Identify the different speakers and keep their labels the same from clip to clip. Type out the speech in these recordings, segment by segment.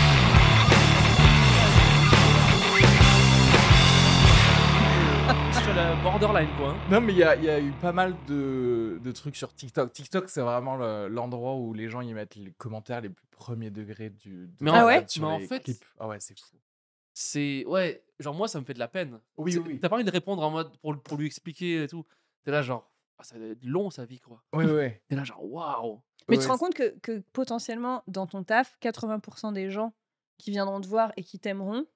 Speaker 1: Sur le borderline, quoi. hein.
Speaker 2: Non, mais il y a, il y a eu pas mal de, de trucs sur TikTok. TikTok, c'est vraiment le- l'endroit où les gens y mettent les commentaires les plus premiers degrés du. de
Speaker 1: Mais
Speaker 2: la
Speaker 3: en
Speaker 2: web
Speaker 1: fait-
Speaker 2: sur
Speaker 1: mais en
Speaker 2: les
Speaker 1: fait-
Speaker 2: clips. Ah ouais, c'est fou.
Speaker 1: C'est. Ouais, genre, moi, ça me fait de la peine.
Speaker 2: Oui,
Speaker 1: C'est-
Speaker 2: oui, oui.
Speaker 1: T'as pas envie de répondre en mode pour, pour lui expliquer et tout. T'es là, genre, ah, ça doit être long sa vie, quoi.
Speaker 2: Oui, oui.
Speaker 1: T'es là, genre, waouh.
Speaker 3: Mais
Speaker 2: Ouais,
Speaker 3: tu te rends compte que, que potentiellement, dans ton taf, 80% des gens qui viendront te voir et qui t'aimeront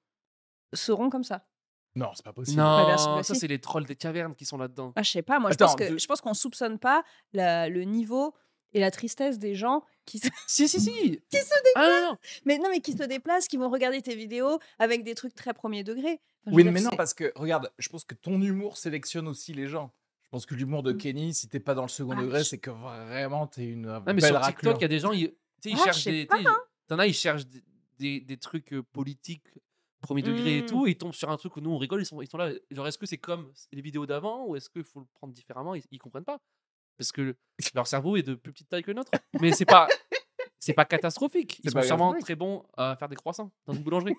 Speaker 3: seront comme ça.
Speaker 2: Non, c'est pas possible.
Speaker 3: Bah, bien sûr,
Speaker 1: Non,
Speaker 3: bah,
Speaker 1: ça,
Speaker 3: si.
Speaker 1: c'est les trolls des cavernes qui sont là-dedans.
Speaker 3: Ah, je sais pas, moi,
Speaker 2: Attends,
Speaker 3: je pense que
Speaker 2: de-
Speaker 3: je pense qu'on soupçonne pas la- le niveau et la tristesse des gens qui se...
Speaker 1: si, si, si.
Speaker 3: Qui se
Speaker 1: Ah, non, non.
Speaker 3: mais non mais qui se déplacent, qui vont regarder tes vidéos avec des trucs très premier degré. Enfin, je veux
Speaker 2: Oui,
Speaker 3: dire,
Speaker 2: mais non,
Speaker 3: c'est-
Speaker 2: parce que regarde, je pense que ton humour sélectionne aussi les gens. Je pense que l'humour de Kenny, si t'es pas dans le second
Speaker 3: Mm. Ah,
Speaker 2: degré,
Speaker 3: je-
Speaker 2: c'est que vraiment t'es une euh,
Speaker 1: Non, mais
Speaker 2: belle
Speaker 1: sur
Speaker 2: raclure.
Speaker 1: TikTok, il y a des gens, ils, tu sais, ils
Speaker 3: Ah, je
Speaker 1: cherchent
Speaker 3: sais
Speaker 1: des.
Speaker 3: pas,
Speaker 1: tu sais, T'en as, ils cherchent des, des, des trucs euh, politiques, premier degré et
Speaker 3: Mm.
Speaker 1: tout, et ils tombent sur un truc où nous on rigole, ils sont, ils sont là. Genre, est-ce que c'est comme les vidéos d'avant ou est-ce qu'il faut le prendre différemment ils, ils comprennent pas. Parce que le- leur cerveau est de plus petite taille que le nôtre. Mais c'est pas. C'est pas catastrophique. Ils
Speaker 2: C'est
Speaker 1: sont
Speaker 2: pas
Speaker 1: sûrement
Speaker 2: catastrophique.
Speaker 1: très bons à faire des croissants dans une boulangerie.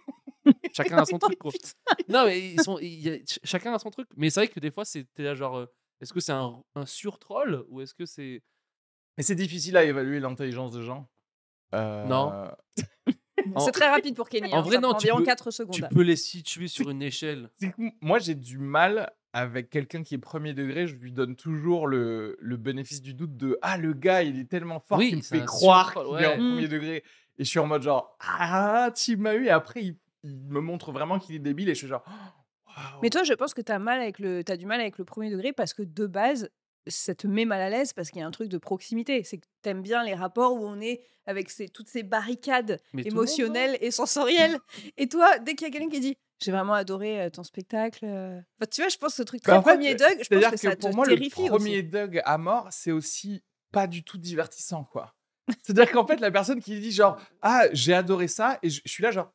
Speaker 1: chacun a son truc. Quoi. Non, mais ils sont, il y a- ch- chacun a son truc. Mais c'est vrai que des fois, c'est t'es là genre, euh, est-ce que c'est un, un sur-troll ou est-ce que c'est.
Speaker 2: Mais c'est difficile à évaluer l'intelligence des gens. Euh,
Speaker 1: Non. En-
Speaker 3: c'est très rapide pour Kenny.
Speaker 1: En
Speaker 3: hein,
Speaker 1: vrai,
Speaker 3: ça
Speaker 1: non,
Speaker 3: prend
Speaker 1: tu
Speaker 3: environ
Speaker 1: peux-
Speaker 3: 4 secondes.
Speaker 1: Tu peux les situer sur une échelle.
Speaker 2: C'est que moi, j'ai du mal avec quelqu'un qui est premier degré. Je lui donne toujours le, le bénéfice du doute de Ah, le gars, il est tellement fort
Speaker 1: Oui,
Speaker 2: qu'il me
Speaker 1: c'est
Speaker 2: fait
Speaker 1: un
Speaker 2: croire qu'il
Speaker 1: surpro-
Speaker 2: est en
Speaker 1: ouais.
Speaker 3: Mmh.
Speaker 2: premier degré. Et je suis en mode genre Ah, tu m'as eu. Et après, il, il me montre vraiment qu'il est débile. Et je suis genre Waouh.
Speaker 3: Mais toi, je pense que t'as mal avec le, t'as du mal avec le premier degré parce que de base, ça te met mal à l'aise parce qu'il y a un truc de proximité. C'est que t'aimes bien les rapports où on est avec ces, toutes ces barricades
Speaker 1: Mais tout le monde,
Speaker 3: émotionnelles
Speaker 2: Mmh.
Speaker 3: et sensorielles. Et toi, dès qu'il y a quelqu'un qui dit, j'ai vraiment adoré euh, ton spectacle. euh. Enfin, tu vois, je pense que ce truc très
Speaker 2: Bah, en fait,
Speaker 3: premier degré, je pense
Speaker 2: C'est-à-dire
Speaker 3: que, ça
Speaker 2: que pour
Speaker 3: te
Speaker 2: moi, le
Speaker 3: terrifie aussi.
Speaker 2: premier Doug à mort, c'est aussi pas du tout divertissant, quoi. C'est-à-dire qu'en fait, la personne qui dit genre Ah, j'ai adoré ça, et je, je suis là genre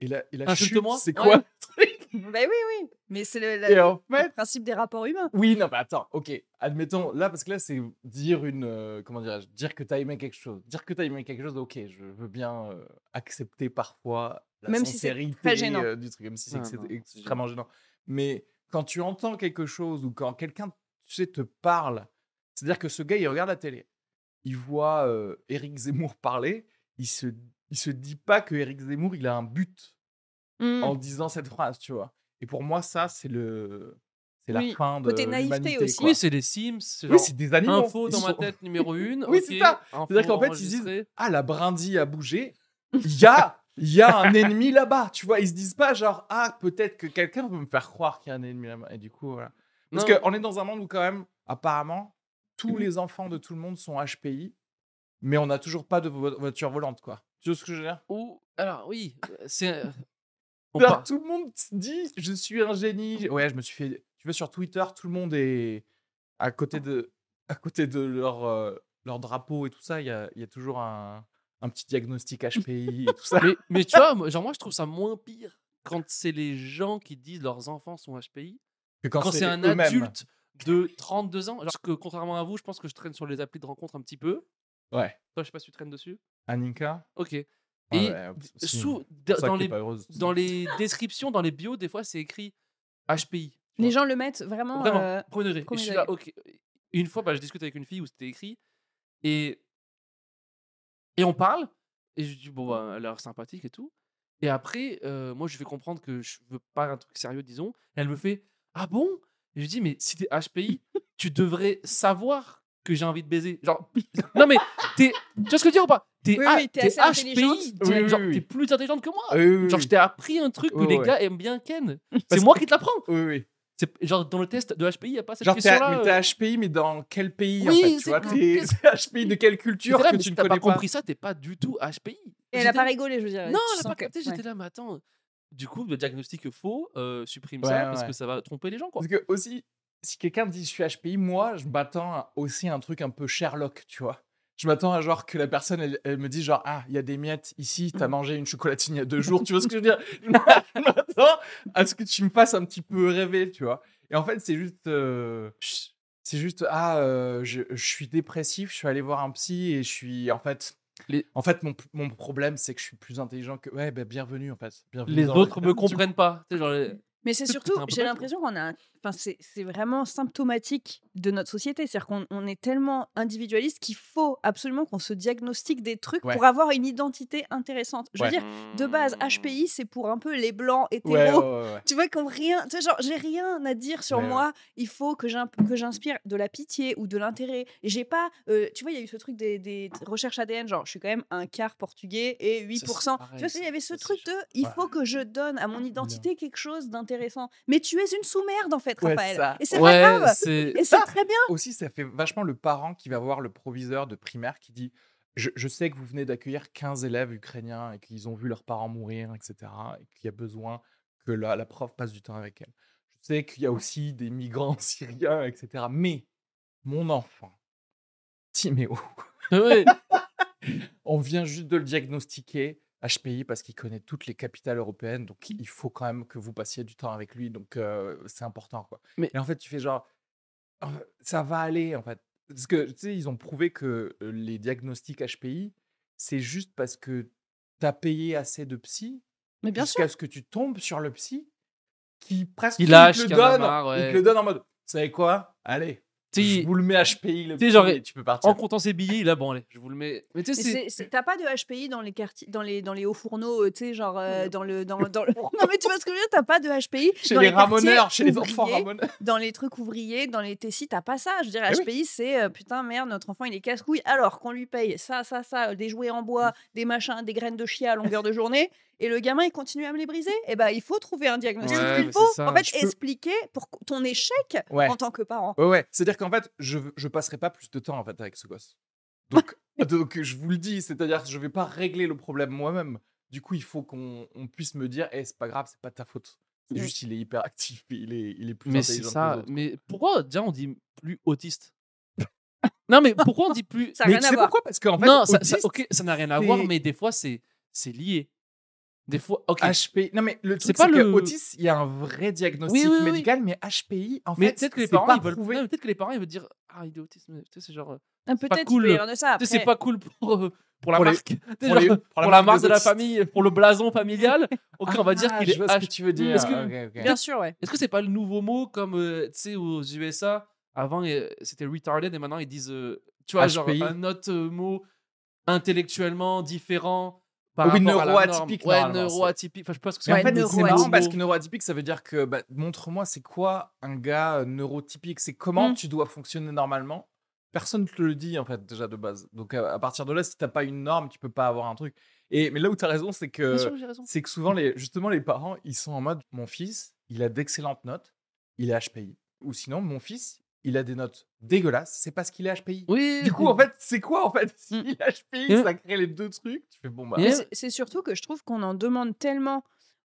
Speaker 2: Et la, et la chute,
Speaker 1: Insulte-moi.
Speaker 2: c'est quoi
Speaker 1: Ouais.
Speaker 3: Bah oui, oui. Mais c'est le, la-
Speaker 2: Et en fait,
Speaker 3: le principe des rapports humains.
Speaker 2: Oui, non, mais attends, ok. Admettons, là, parce que là, c'est dire une. euh, comment dirais-je Dire que t'as aimé quelque chose. Dire que t'as aimé quelque chose, ok, je veux bien euh, accepter parfois la
Speaker 3: Même si c'est
Speaker 2: sincérité
Speaker 3: très gênant.
Speaker 2: euh, du truc, même si c'est
Speaker 1: Ah,
Speaker 2: que c'est
Speaker 1: non, c'est
Speaker 2: extrêmement gênant. Mais quand tu entends quelque chose ou quand quelqu'un, tu sais, te parle, c'est-à-dire que ce gars, il regarde la télé, il voit euh, Éric Zemmour parler, il se, il se dit pas que Éric Zemmour, il a un but
Speaker 3: Mm.
Speaker 2: en disant cette phrase, tu vois. Et pour moi, ça, c'est le. C'est
Speaker 3: Oui,
Speaker 2: la fin de
Speaker 3: côté naïveté
Speaker 2: l'humanité,
Speaker 3: aussi.
Speaker 2: quoi.
Speaker 1: Oui, c'est les Sims. c'est
Speaker 2: Oui,
Speaker 1: genre
Speaker 2: c'est des animaux.
Speaker 1: info
Speaker 2: Ils
Speaker 1: dans ma
Speaker 2: sont-
Speaker 1: tête numéro une.
Speaker 2: Oui,
Speaker 1: ok,
Speaker 2: c'est ça.
Speaker 1: info
Speaker 2: C'est-à-dire qu'en fait, ils disent-
Speaker 1: enregistrée.
Speaker 2: Ah, la brindille a bougé. Il y a, il y a un ennemi là-bas. Tu vois, ils se disent pas genre ah peut-être que quelqu'un veut me faire croire qu'il y a un ennemi là-bas. Et du coup, voilà. Parce
Speaker 1: Non. Mmh.
Speaker 2: qu'on est dans un monde où quand même, apparemment, tous les enfants de tout le monde sont HPI, mais on n'a toujours pas de vo- voiture volante, quoi. Tu vois ce que je veux dire
Speaker 1: Ou- alors oui, euh, c'est. on
Speaker 2: Genre,
Speaker 1: part-
Speaker 2: Tout le monde se dit je suis un génie. Ouais, je me suis fait. Tu vois sur Twitter, tout le monde est à côté de, à côté de leur, euh, leur drapeau et tout ça. Il y a, il y a toujours un, un petit diagnostic HPI et tout ça.
Speaker 1: mais, mais tu vois, moi, genre moi, je trouve ça moins pire quand c'est les gens qui disent leurs enfants sont HPI.
Speaker 2: Que
Speaker 1: Quand, c'est un
Speaker 2: eux-mêmes.
Speaker 1: adulte de 32 ans. Genre que contrairement à vous, je pense que je traîne sur les applis de rencontre un petit peu.
Speaker 2: Ouais.
Speaker 1: Toi, je sais pas si tu traînes dessus.
Speaker 2: Aninka.
Speaker 1: Ok. Et
Speaker 2: Ouais, Ah ouais, c'est
Speaker 1: sous,
Speaker 2: pour ça
Speaker 1: dans
Speaker 2: qu'elle est
Speaker 1: les
Speaker 2: pas heureuse.
Speaker 1: dans les descriptions, dans les bios, des fois, c'est écrit HPI. tu
Speaker 3: Les
Speaker 1: vois.
Speaker 3: gens le mettent vraiment.
Speaker 1: Vraiment,
Speaker 3: euh,
Speaker 1: premier degré. Et
Speaker 3: premier
Speaker 1: je suis là, ok. Une fois, bah, je discute avec une fille où c'était écrit et et on parle et je dis bon, bah, elle a l'air sympathique et tout. Et après, euh, moi, je vais comprendre que je veux pas un truc sérieux, disons. Et elle me fait ah bon Et je dis mais si t'es HPI, tu devrais savoir que j'ai envie de baiser. Genre non mais t'es, tu vois ce que je veux dire ou pas T'es
Speaker 3: Oui,
Speaker 1: ah,
Speaker 3: oui, t'es
Speaker 1: t'es
Speaker 3: assez intelligente.
Speaker 1: HPI, t'es-
Speaker 2: Oui, oui,
Speaker 1: genre,
Speaker 2: oui.
Speaker 1: t'es plus intelligente que moi.
Speaker 2: Ah, oui, oui, oui.
Speaker 1: Genre, je t'ai appris un truc que
Speaker 2: Ouais,
Speaker 1: les
Speaker 2: ouais.
Speaker 1: gars aiment bien Ken. C'est
Speaker 2: Parce
Speaker 1: moi qui te l'apprends.
Speaker 2: Oui, oui.
Speaker 1: C'est- Genre, dans le test de HPI, il n'y a pas cette
Speaker 2: Genre, t'es,
Speaker 1: question-là.
Speaker 2: mais
Speaker 1: euh.
Speaker 2: t'es HPI, mais dans quel pays
Speaker 1: Oui,
Speaker 2: en fait,
Speaker 1: c'est-
Speaker 2: tu vois, t'es, t'es HPI de quelle
Speaker 1: J'étais
Speaker 2: culture
Speaker 1: là,
Speaker 2: que
Speaker 1: mais
Speaker 2: tu
Speaker 1: si
Speaker 2: ne
Speaker 1: t'as pas
Speaker 2: connais pas,
Speaker 1: compris ça, t'es pas du tout HPI.
Speaker 3: Et elle
Speaker 1: J'étais
Speaker 3: a pas
Speaker 1: là-
Speaker 3: rigolé, je veux dire.
Speaker 1: Non,
Speaker 3: tu
Speaker 1: elle a
Speaker 3: sens
Speaker 1: pas
Speaker 3: que-
Speaker 1: capté.
Speaker 3: ouais.
Speaker 1: J'étais là, mais attends. Du coup, le diagnostic faux, euh, supprime
Speaker 2: Ouais,
Speaker 1: ça parce
Speaker 2: ouais.
Speaker 1: que ça va tromper les gens. Quoi.
Speaker 2: Parce que aussi, si quelqu'un dit je suis HPI, moi, je m'attends à- aussi à un truc un peu Sherlock, tu vois. Je m'attends à genre que la personne, elle, elle me dise genre, ah, il y a des miettes ici,
Speaker 1: Mmh.
Speaker 2: t'as mangé une chocolatine il y a deux jours, tu vois ce que je veux dire Je m'attends à ce que tu me fasses un petit peu rêver, tu vois. Et en fait, c'est juste... euh, C'est juste, ah, euh, je, je suis dépressif, je suis allé voir un psy et je suis, en fait...
Speaker 1: Les-
Speaker 2: En fait, mon, mon problème, c'est que je suis plus intelligent que... Ouais, ben bienvenue, en fait. Bienvenue
Speaker 1: Les
Speaker 2: dans-
Speaker 1: autres me
Speaker 2: euh, Tu-
Speaker 1: comprennent pas. Tu sais, genre, les-
Speaker 3: Mais c'est
Speaker 1: Peut-être
Speaker 3: surtout,
Speaker 1: un peu
Speaker 3: j'ai
Speaker 1: bête,
Speaker 3: l'impression qu'on a. un- Enfin, c'est c'est vraiment symptomatique de notre société. C'est-à-dire qu'on on est tellement individualiste qu'il faut absolument qu'on se diagnostique des trucs
Speaker 2: Ouais.
Speaker 3: pour avoir une identité intéressante. Je veux
Speaker 2: Ouais.
Speaker 3: dire, de base, HPI, c'est pour un peu les blancs hétéros.
Speaker 2: Ouais, ouais, ouais, ouais.
Speaker 3: Tu vois, qu'on rien. Tu sais, genre, j'ai rien à dire sur
Speaker 2: Ouais, ouais.
Speaker 3: moi. Il faut que j'in- que j'inspire de la pitié ou de l'intérêt. Et j'ai pas. euh, tu vois, il y a eu ce truc des, des recherches ADN. Genre, je suis quand même un quart portugais et 8%.
Speaker 2: Ça, c'est
Speaker 3: tu vois,
Speaker 2: pareil,
Speaker 3: il y avait
Speaker 2: ça,
Speaker 3: ce
Speaker 2: c'est
Speaker 3: truc de.
Speaker 2: chiant.
Speaker 3: Il
Speaker 2: Ouais.
Speaker 3: faut que je donne à mon identité quelque chose d'intéressant. Mais tu es une sous-merde, en fait,
Speaker 2: Ouais,
Speaker 3: Raphaël.
Speaker 2: ça.
Speaker 3: Et c'est
Speaker 1: Ouais,
Speaker 3: pas grave.
Speaker 1: c'est-
Speaker 3: Et c'est très bien.
Speaker 2: aussi, ça fait vachement le parent qui va voir le proviseur de primaire qui dit je, je sais que vous venez d'accueillir 15 élèves ukrainiens et qu'ils ont vu leurs parents mourir, etc. Et qu'il y a besoin que la, la prof passe du temps avec elle. Je sais qu'il y a aussi des migrants syriens, etc. Mais mon enfant, Timéo,
Speaker 1: Ouais.
Speaker 2: on vient juste de le diagnostiquer. HPI parce qu'il connaît toutes les capitales européennes, donc
Speaker 1: Mmh.
Speaker 2: il faut quand même que vous passiez du temps avec lui, donc euh, c'est important quoi.
Speaker 1: Mais-
Speaker 2: Et en fait, tu fais genre Oh, ça va aller en fait, parce que tu sais ils ont prouvé que euh, les diagnostics HPI c'est juste parce que t'as payé assez de psy
Speaker 3: Mais bien sûr.
Speaker 2: jusqu'à ce que tu tombes sur le psy qui presque
Speaker 1: Il lâche,
Speaker 2: te
Speaker 1: qu'il
Speaker 2: le
Speaker 1: y en a
Speaker 2: donne,
Speaker 1: marre,
Speaker 2: il
Speaker 1: ouais.
Speaker 2: te le donne en mode, vous savez quoi, allez,
Speaker 1: Tu sais,
Speaker 2: je vous le mets HPI le
Speaker 1: tu sais,
Speaker 2: psy
Speaker 1: genre,
Speaker 2: et tu peux partir.
Speaker 1: en comptant ses billets, il a bon, allez, je vous le mets. Mais tu sais,
Speaker 3: Mais
Speaker 1: c'est-
Speaker 3: c'est- c'est- T'as pas de HPI dans les quartiers, dans les dans les hauts fourneaux, euh, tu sais, genre euh, dans le dans, dans le. Non mais tu vois ce que je veux dire, t'as pas de HPI
Speaker 2: Chez
Speaker 3: dans
Speaker 2: les,
Speaker 3: quartiers
Speaker 2: ramoneurs, chez les enfants
Speaker 3: ouvriers.
Speaker 2: ramoneurs.
Speaker 3: dans les trucs ouvriers, dans les tessis, t'as pas ça. Je veux dire,
Speaker 2: Eh oui.
Speaker 3: HPI, c'est euh, putain, merde, notre enfant, il est casse-couille. Alors qu'on lui paye ça, ça, ça, euh, des jouets en
Speaker 1: Mmh.
Speaker 3: bois, des machins, des graines de chia à longueur de journée, et le gamin, il continue à me les briser. Eh ben, il faut trouver un diagnostic.
Speaker 1: Ouais,
Speaker 3: il
Speaker 1: mais
Speaker 3: faut,
Speaker 1: c'est ça.
Speaker 3: en fait,
Speaker 2: Je peux-
Speaker 3: expliquer pour ton échec
Speaker 2: Ouais.
Speaker 3: en tant que parent.
Speaker 2: Ouais, ouais. C'est-à-dire qu'en fait, je, je passerai pas plus de temps en fait, avec ce gosse. Donc, donc je vous le dis, c'est-à-dire que je vais pas régler le problème moi-même. Du coup, il faut qu'on on puisse me dire, eh, c'est pas grave, c'est pas ta faute. C'est
Speaker 3: Ouais.
Speaker 2: juste, il est hyper actif, il est, il est plus
Speaker 1: mais c'est
Speaker 2: intelligent que les
Speaker 1: ça.
Speaker 2: autres.
Speaker 1: Mais pourquoi déjà on dit plus autiste Non, mais pourquoi on dit plus
Speaker 3: Ça n'a
Speaker 2: Mais
Speaker 3: rien
Speaker 2: tu
Speaker 3: à
Speaker 2: sais
Speaker 3: voir.
Speaker 2: pourquoi Parce qu'en fait,
Speaker 1: Non, ça, ça-
Speaker 2: autiste,
Speaker 1: ok, ça n'a rien à voir,
Speaker 2: c'est-
Speaker 1: mais des fois c'est c'est lié. Des fois, ok.
Speaker 2: HPI. Non, mais le truc,
Speaker 1: pas
Speaker 2: c'est que
Speaker 1: le-
Speaker 2: autiste, il y a un vrai diagnostic
Speaker 1: Oui, oui, oui.
Speaker 2: médical, mais HPI, en
Speaker 1: mais
Speaker 2: fait,
Speaker 1: peut-être que les
Speaker 2: c'est pas
Speaker 1: parents ils veulent.
Speaker 2: prouvé.
Speaker 1: non, mais peut-être que les parents ils veulent dire ah il est autiste. mais Tu sais, c'est genre. euh,
Speaker 3: Ah,
Speaker 1: pas
Speaker 3: Peut-être
Speaker 1: cool.
Speaker 3: qu'il peut y avoir de ça.
Speaker 1: tu
Speaker 3: Après.
Speaker 1: sais, c'est pas cool pour euh, pour la
Speaker 2: Pour les-
Speaker 1: marque. Tu sais,
Speaker 2: pour les-
Speaker 1: genre,
Speaker 2: pour la
Speaker 1: pour la
Speaker 2: marque des
Speaker 1: marque de la
Speaker 2: autistes.
Speaker 1: famille, pour le blason familial. Ok, on va dire
Speaker 2: Ah,
Speaker 1: qu'il
Speaker 2: je
Speaker 1: est
Speaker 2: vois ce
Speaker 1: H.
Speaker 2: que tu veux dire.
Speaker 1: Est-ce que-
Speaker 2: Ok, ok.
Speaker 3: Bien sûr, ouais.
Speaker 1: Est-ce que c'est pas le nouveau mot comme euh, tu sais aux USA avant euh, c'était retarded et maintenant ils disent euh, tu vois genre
Speaker 2: HPI.
Speaker 1: un autre euh, mot intellectuellement différent par
Speaker 2: Oui,
Speaker 1: rapport à la norme.
Speaker 2: neuroatypique,
Speaker 1: ouais
Speaker 2: normalement, c'est-
Speaker 1: neuroatypique enfin je sais pas ce que
Speaker 2: Mais
Speaker 1: c'est
Speaker 3: Ouais,
Speaker 2: en fait, c'est
Speaker 1: nouveau
Speaker 2: marrant
Speaker 1: mot.
Speaker 2: parce que neuroatypique, ça veut dire que bah, montre-moi, c'est quoi un gars euh, neurotypique C'est comment
Speaker 1: Mmh.
Speaker 3: Mm.
Speaker 2: tu dois fonctionner normalement Personne ne te le dit, en fait, déjà de base. Donc, à, à partir de là, si t'as pas une norme, tu peux pas avoir un truc. Et, mais là où tu as raison, c'est
Speaker 1: Bien
Speaker 2: que,
Speaker 1: sûr, j'ai raison.
Speaker 2: c'est que souvent, les, justement, les parents, ils sont en mode mon fils, il a d'excellentes notes, il est HPI. Ou sinon, mon fils, il a des notes dégueulasses, c'est parce qu'il est HPI.
Speaker 1: Oui.
Speaker 2: Du coup, en fait, c'est quoi, en fait S'il est HPI,
Speaker 1: Mm.
Speaker 2: ça crée les deux trucs. Tu fais bon, bah.
Speaker 1: Et-
Speaker 3: Mais c'est- C'est surtout que je trouve qu'on en demande tellement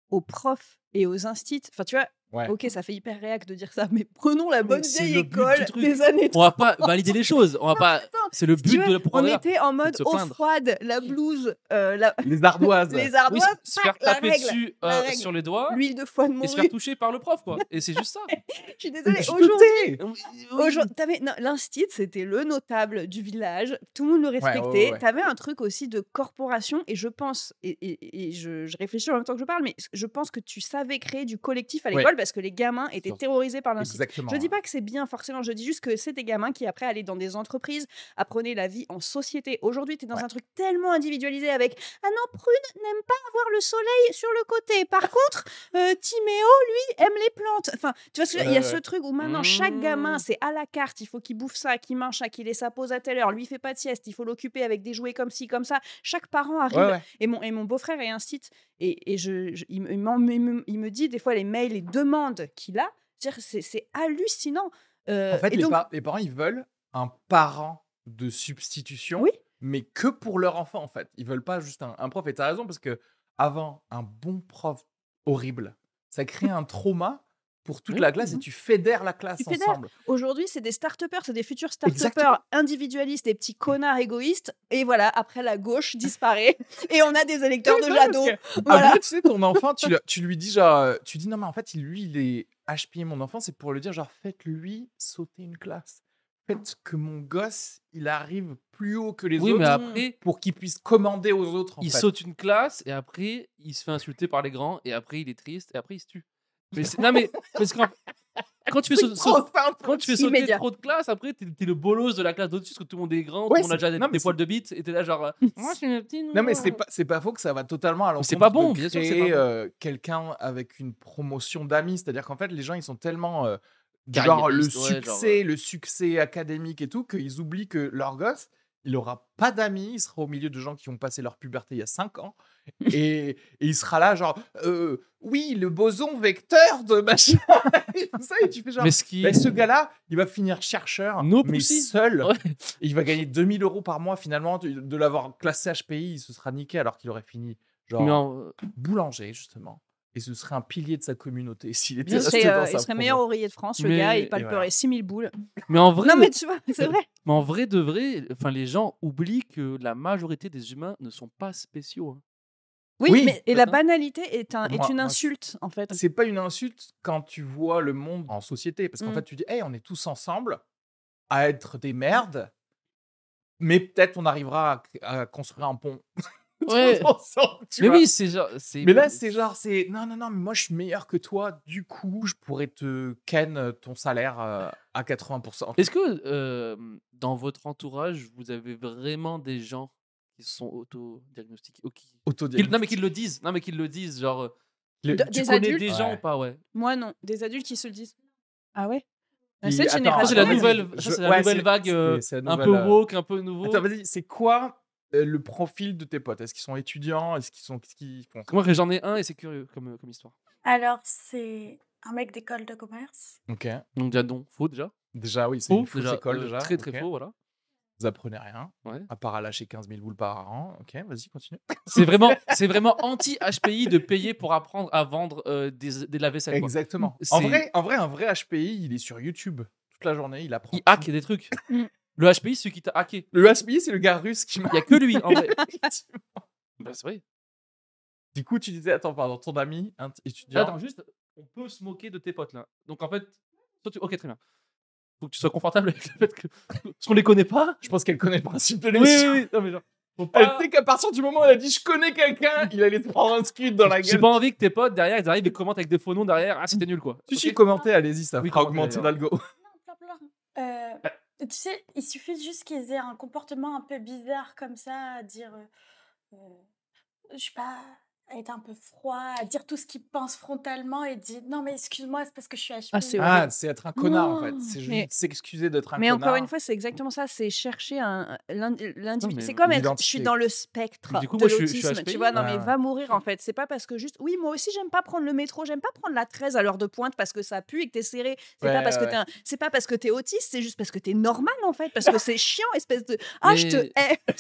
Speaker 3: aux profs et aux instits. Enfin, tu vois,
Speaker 1: Mmh.
Speaker 2: Ouais.
Speaker 3: ok, ça fait hyper réac de dire ça, mais prenons la bonne
Speaker 1: c'est
Speaker 3: vieille
Speaker 1: le but du
Speaker 3: école
Speaker 1: truc.
Speaker 3: des années
Speaker 1: on va pas valider les choses, on va pas c'est le
Speaker 3: Tu
Speaker 1: but
Speaker 3: vois,
Speaker 1: de la
Speaker 3: On
Speaker 1: propagande.
Speaker 3: était en mode
Speaker 1: se
Speaker 3: eau
Speaker 1: plaindre.
Speaker 3: froide, la blouse, euh, la-
Speaker 2: Les ardoises.
Speaker 3: les
Speaker 1: Oui,
Speaker 3: ardoises,
Speaker 1: se se faire
Speaker 3: la
Speaker 1: taper
Speaker 3: règle,
Speaker 1: dessus
Speaker 3: la
Speaker 1: euh,
Speaker 3: règle.
Speaker 1: sur les doigts
Speaker 3: l'huile de foie de
Speaker 1: et se faire
Speaker 3: morue.
Speaker 1: toucher par le prof quoi. Et c'est juste ça.
Speaker 3: Je suis désolée,
Speaker 2: Je
Speaker 3: aujourd'hui,
Speaker 2: doutais.
Speaker 3: aujourd'hui- t'avais- non, l'instit, c'était le notable du village, tout le monde le respectait.
Speaker 2: ouais, ouais.
Speaker 3: T'avais un truc aussi de corporation, et je pense, et, et- et je, je réfléchis en même temps que je parle, mais je pense que tu savais créer du collectif à
Speaker 2: Ouais.
Speaker 3: l'école parce que les gamins étaient
Speaker 2: Surtout.
Speaker 3: terrorisés par l'instit.
Speaker 2: Exactement.
Speaker 3: Je dis pas que c'est bien forcément, je dis juste que c'est des gamins qui après allaient dans des entreprises, apprenaient la vie en société. Aujourd'hui, tu es dans
Speaker 2: Ouais.
Speaker 3: un truc tellement individualisé avec Ah non, Prune n'aime pas avoir le soleil sur le côté. Par contre, euh, Timéo, lui, aime les plantes. Enfin, tu vois ce que je veux dire Il y
Speaker 2: Ouais,
Speaker 3: a ce
Speaker 2: ouais.
Speaker 3: truc où maintenant chaque
Speaker 1: Mmh.
Speaker 3: gamin, c'est à la carte, il faut qu'il bouffe ça, qu'il mange ça, qu'il ait sa pause à telle heure, lui il fait pas de sieste, il faut l'occuper avec des jouets comme ci, comme ça. Chaque parent arrive
Speaker 2: Ouais, ouais.
Speaker 3: et mon, et mon beau-frère est un site. Et, et je, je- il, me- il m'en- il me, il me dit des fois les mails, les demandes qu'il a. C'est-à-dire, C'est c'est hallucinant. Euh,
Speaker 2: En fait,
Speaker 3: et
Speaker 2: les,
Speaker 3: donc,
Speaker 2: par- les parents, ils veulent un parent de substitution,
Speaker 3: Oui.
Speaker 2: mais que pour leur enfant, en fait. Ils veulent pas juste un, un prof. Et t'as raison, parce que avant, un bon prof horrible, ça crée un trauma pour toute
Speaker 1: Oui,
Speaker 2: la classe
Speaker 1: mhm.
Speaker 2: et tu fédères la classe
Speaker 3: Tu fédères.
Speaker 2: ensemble.
Speaker 3: Aujourd'hui, c'est des start-upers, c'est des futurs
Speaker 2: Exactement.
Speaker 3: start-upers individualistes, des petits connards égoïstes. Et voilà, après, la gauche disparaît et on a des électeurs de
Speaker 2: Ah Oui, parce
Speaker 3: Jadot.
Speaker 2: que-
Speaker 3: Voilà.
Speaker 2: Après, tu sais, ton enfant, tu, le- tu lui dis genre, euh, tu dis non, mais en fait, il- lui, il est HPI, mon enfant, c'est pour lui dire genre, faites-lui sauter une classe. Faites que mon gosse, il arrive plus haut que les
Speaker 1: Oui,
Speaker 2: autres
Speaker 1: mais après,
Speaker 2: pour qu'il puisse commander aux autres. En
Speaker 1: il
Speaker 2: fait.
Speaker 1: saute une classe et après, il se fait insulter par les grands et après, il est triste et après, il se tue. Mais c'est- non, mais parce qu'en- quand tu fais
Speaker 2: C'est
Speaker 1: saut-
Speaker 2: trop
Speaker 1: saut-
Speaker 2: simple.
Speaker 1: quand tu fais sauter
Speaker 3: Immédiat.
Speaker 1: trop de classes, après, t'es t'es le bolos de la classe d'au-dessus parce que tout le monde est grand,
Speaker 2: Ouais,
Speaker 1: tout le monde a
Speaker 2: c'est-
Speaker 1: déjà des,
Speaker 2: non, mais
Speaker 1: des
Speaker 2: c'est-
Speaker 1: poils de bite et t'es là genre. euh, Moi, je suis une petite.
Speaker 2: Non, mais c'est pas, c'est pas faux que ça va totalement à l'encontre.
Speaker 1: c'est pas bon,
Speaker 2: de
Speaker 1: bien sûr que c'est
Speaker 2: créer,
Speaker 1: pas bon.
Speaker 2: euh, quelqu'un avec une promotion d'amis. C'est-à-dire qu'en fait, les gens, ils sont tellement. euh, du
Speaker 1: Carriériste,
Speaker 2: genre le
Speaker 1: ouais, genre, euh
Speaker 2: succès, le succès académique et tout, qu'ils oublient que leur gosse, il aura pas d'amis, il sera au milieu de gens qui ont passé leur puberté il y a 5 ans. Et, et il sera là, genre, euh, oui, le boson vecteur de machin. et tout ça, et tu fais genre.
Speaker 1: Mais ce qui.
Speaker 2: bah, ce gars-là, il va finir chercheur,
Speaker 1: No
Speaker 2: mais
Speaker 1: pussy.
Speaker 2: seul.
Speaker 1: Ouais.
Speaker 2: Et il va gagner 2000 euros par mois finalement de, de l'avoir classé HPI, il se sera niqué alors qu'il aurait fini genre
Speaker 1: Mais en-
Speaker 2: boulanger justement. Et ce serait un pilier de sa communauté s'il était
Speaker 3: Il
Speaker 2: resté
Speaker 3: serait,
Speaker 2: dans
Speaker 3: euh,
Speaker 2: sa
Speaker 3: il serait
Speaker 2: promo.
Speaker 3: meilleur ouvrier de France, le
Speaker 1: Mais-
Speaker 3: gars,
Speaker 1: et
Speaker 3: il palperait
Speaker 2: voilà.
Speaker 3: 6000 boules.
Speaker 1: mais en vrai,
Speaker 3: Non, mais tu vois, c'est vrai.
Speaker 1: mais en vrai de vrai, enfin, les gens oublient que la majorité des humains ne sont pas spéciaux. hein.
Speaker 3: Oui,
Speaker 2: Oui.
Speaker 3: mais, et la banalité est, un,
Speaker 2: Moi-
Speaker 3: est une
Speaker 2: moi,
Speaker 3: insulte, en fait.
Speaker 2: C'est pas une insulte quand tu vois le monde en société parce qu'en
Speaker 3: Mm.
Speaker 2: fait tu dis hey, on est tous ensemble à être des merdes. Mais peut-être on arrivera à, à construire un pont. tous
Speaker 1: Ouais.
Speaker 2: ensemble, tu
Speaker 1: mais
Speaker 2: vois.
Speaker 1: oui, c'est genre. c'est-
Speaker 2: Mais là, c'est genre, c'est non, non, non, mais moi je suis meilleur que toi, du coup, je pourrais te ken ton salaire euh, à 80%.
Speaker 1: Est-ce que euh, dans votre entourage, vous avez vraiment des gens qui se sont auto-diagnostiqués ou qui- qui-
Speaker 2: Autodiagnostic.
Speaker 1: Non, mais qui le disent. Non, mais qui le disent. Genre, euh,
Speaker 2: Le-
Speaker 3: De-
Speaker 1: tu
Speaker 3: des
Speaker 1: connais
Speaker 3: adultes
Speaker 1: des gens
Speaker 2: Ouais.
Speaker 1: ou pas Ouais.
Speaker 3: Moi, non. Des adultes qui se le disent. Ah ouais
Speaker 2: Puis-
Speaker 3: Cette
Speaker 2: attends,
Speaker 1: Ça,
Speaker 3: génération.
Speaker 1: c'est la
Speaker 2: vas-y,
Speaker 1: nouvelle,
Speaker 2: je-
Speaker 1: ça, c'est la
Speaker 2: Ah, ouais,
Speaker 1: nouvelle
Speaker 2: c'est-
Speaker 1: vague.
Speaker 2: c'est-
Speaker 1: euh,
Speaker 2: c'est la
Speaker 1: un peu
Speaker 2: nouvelle, euh,
Speaker 1: woke, un peu nouveau.
Speaker 2: Attends, vas-y, c'est quoi euh, le profil de tes potes Est-ce qu'ils sont étudiants Est-ce qu'ils sont. Qu'est-ce qu'ils font
Speaker 1: Moi, j'en ai un et c'est curieux comme, euh, comme histoire.
Speaker 4: Alors, c'est un mec d'école de commerce.
Speaker 2: Ok.
Speaker 1: Donc, déjà, non, faux déjà.
Speaker 2: Déjà, oui, c'est
Speaker 1: Faux,
Speaker 2: une fausse école
Speaker 1: euh,
Speaker 2: déjà.
Speaker 1: Très, très
Speaker 2: ok.
Speaker 1: faux, voilà.
Speaker 2: Vous apprenez rien,
Speaker 1: Ouais.
Speaker 2: à part à lâcher 15 000 boules par an. Ok, vas-y, continue.
Speaker 1: C'est vraiment, c'est vraiment anti-HPI de payer pour apprendre à vendre euh, des, des lave-vaisselle. quoi.
Speaker 2: Exactement. En
Speaker 1: C'est-
Speaker 2: vrai, en vrai, un vrai HPI, il est sur YouTube toute la journée, il apprend.
Speaker 1: Il hack des trucs.
Speaker 3: Mm.
Speaker 1: Le HPI, c'est celui qui t'a hacké.
Speaker 2: Le HPI, c'est le gars russe qui m'a.
Speaker 1: Il n'y a que lui, en vrai. Bah, c'est vrai.
Speaker 2: Du coup, tu disais, attends, pardon, ton ami un t- étudiant.
Speaker 1: Attends, juste, on peut se moquer de tes potes là. Donc en fait, toi, tu... ok, très bien. Faut que tu sois confortable avec le fait que. Parce qu'on les connaît pas.
Speaker 2: je pense qu'elle connaît le principe de
Speaker 1: Oui,
Speaker 2: l'émission.
Speaker 1: oui, oui. Euh, Non, mais genre, faut
Speaker 2: Elle
Speaker 1: pas-
Speaker 2: sait qu'à partir du moment où elle a dit je connais quelqu'un, il allait se prendre un scud dans la
Speaker 1: J'ai
Speaker 2: gueule.
Speaker 1: pas envie que tes potes derrière ils arrivent et commentent avec des faux noms derrière. Ah, c'était nul quoi.
Speaker 2: Tu
Speaker 1: Ok
Speaker 2: sais commenter, allez-y, ça
Speaker 1: Oui,
Speaker 2: fera
Speaker 1: commenter,
Speaker 2: augmenter
Speaker 1: d'ailleurs.
Speaker 2: l'algo.
Speaker 4: Non, plein, plein. Euh, tu sais, il suffit juste qu'ils aient un comportement un peu bizarre comme ça, à dire, euh, euh, je sais pas, à être un peu froid, à dire tout ce qu'ils pensent frontalement et dire non mais excuse-moi, c'est parce que je suis HPI.
Speaker 3: Ah, c'est horrible.
Speaker 2: Ah, c'est être un connard en fait.
Speaker 3: Non,
Speaker 2: C'est
Speaker 3: mais-
Speaker 2: juste s'excuser d'être un
Speaker 3: Mais
Speaker 2: connard.
Speaker 3: encore une fois, c'est exactement ça. C'est chercher un l'in- l'individu.
Speaker 1: mais
Speaker 3: C'est comme être. Je
Speaker 2: l'identité.
Speaker 3: suis dans le spectre
Speaker 1: Du coup,
Speaker 3: de
Speaker 1: moi, je suis- je suis
Speaker 3: l'autisme.
Speaker 1: HPI.
Speaker 3: Tu vois, non
Speaker 2: Ouais,
Speaker 3: mais
Speaker 2: ouais.
Speaker 3: va mourir en fait. C'est pas parce que juste. Oui, moi aussi, j'aime pas prendre le métro. J'aime pas prendre la 13 à l'heure de pointe parce que ça pue et que t'es serré. C'est
Speaker 2: Ouais,
Speaker 3: pas parce
Speaker 2: ouais,
Speaker 3: que t'es. un- C'est pas parce que t'es autiste. C'est juste parce que t'es normal en fait. Parce que c'est chiant, espèce de. Ah, je te
Speaker 1: Mais-
Speaker 3: hais. mais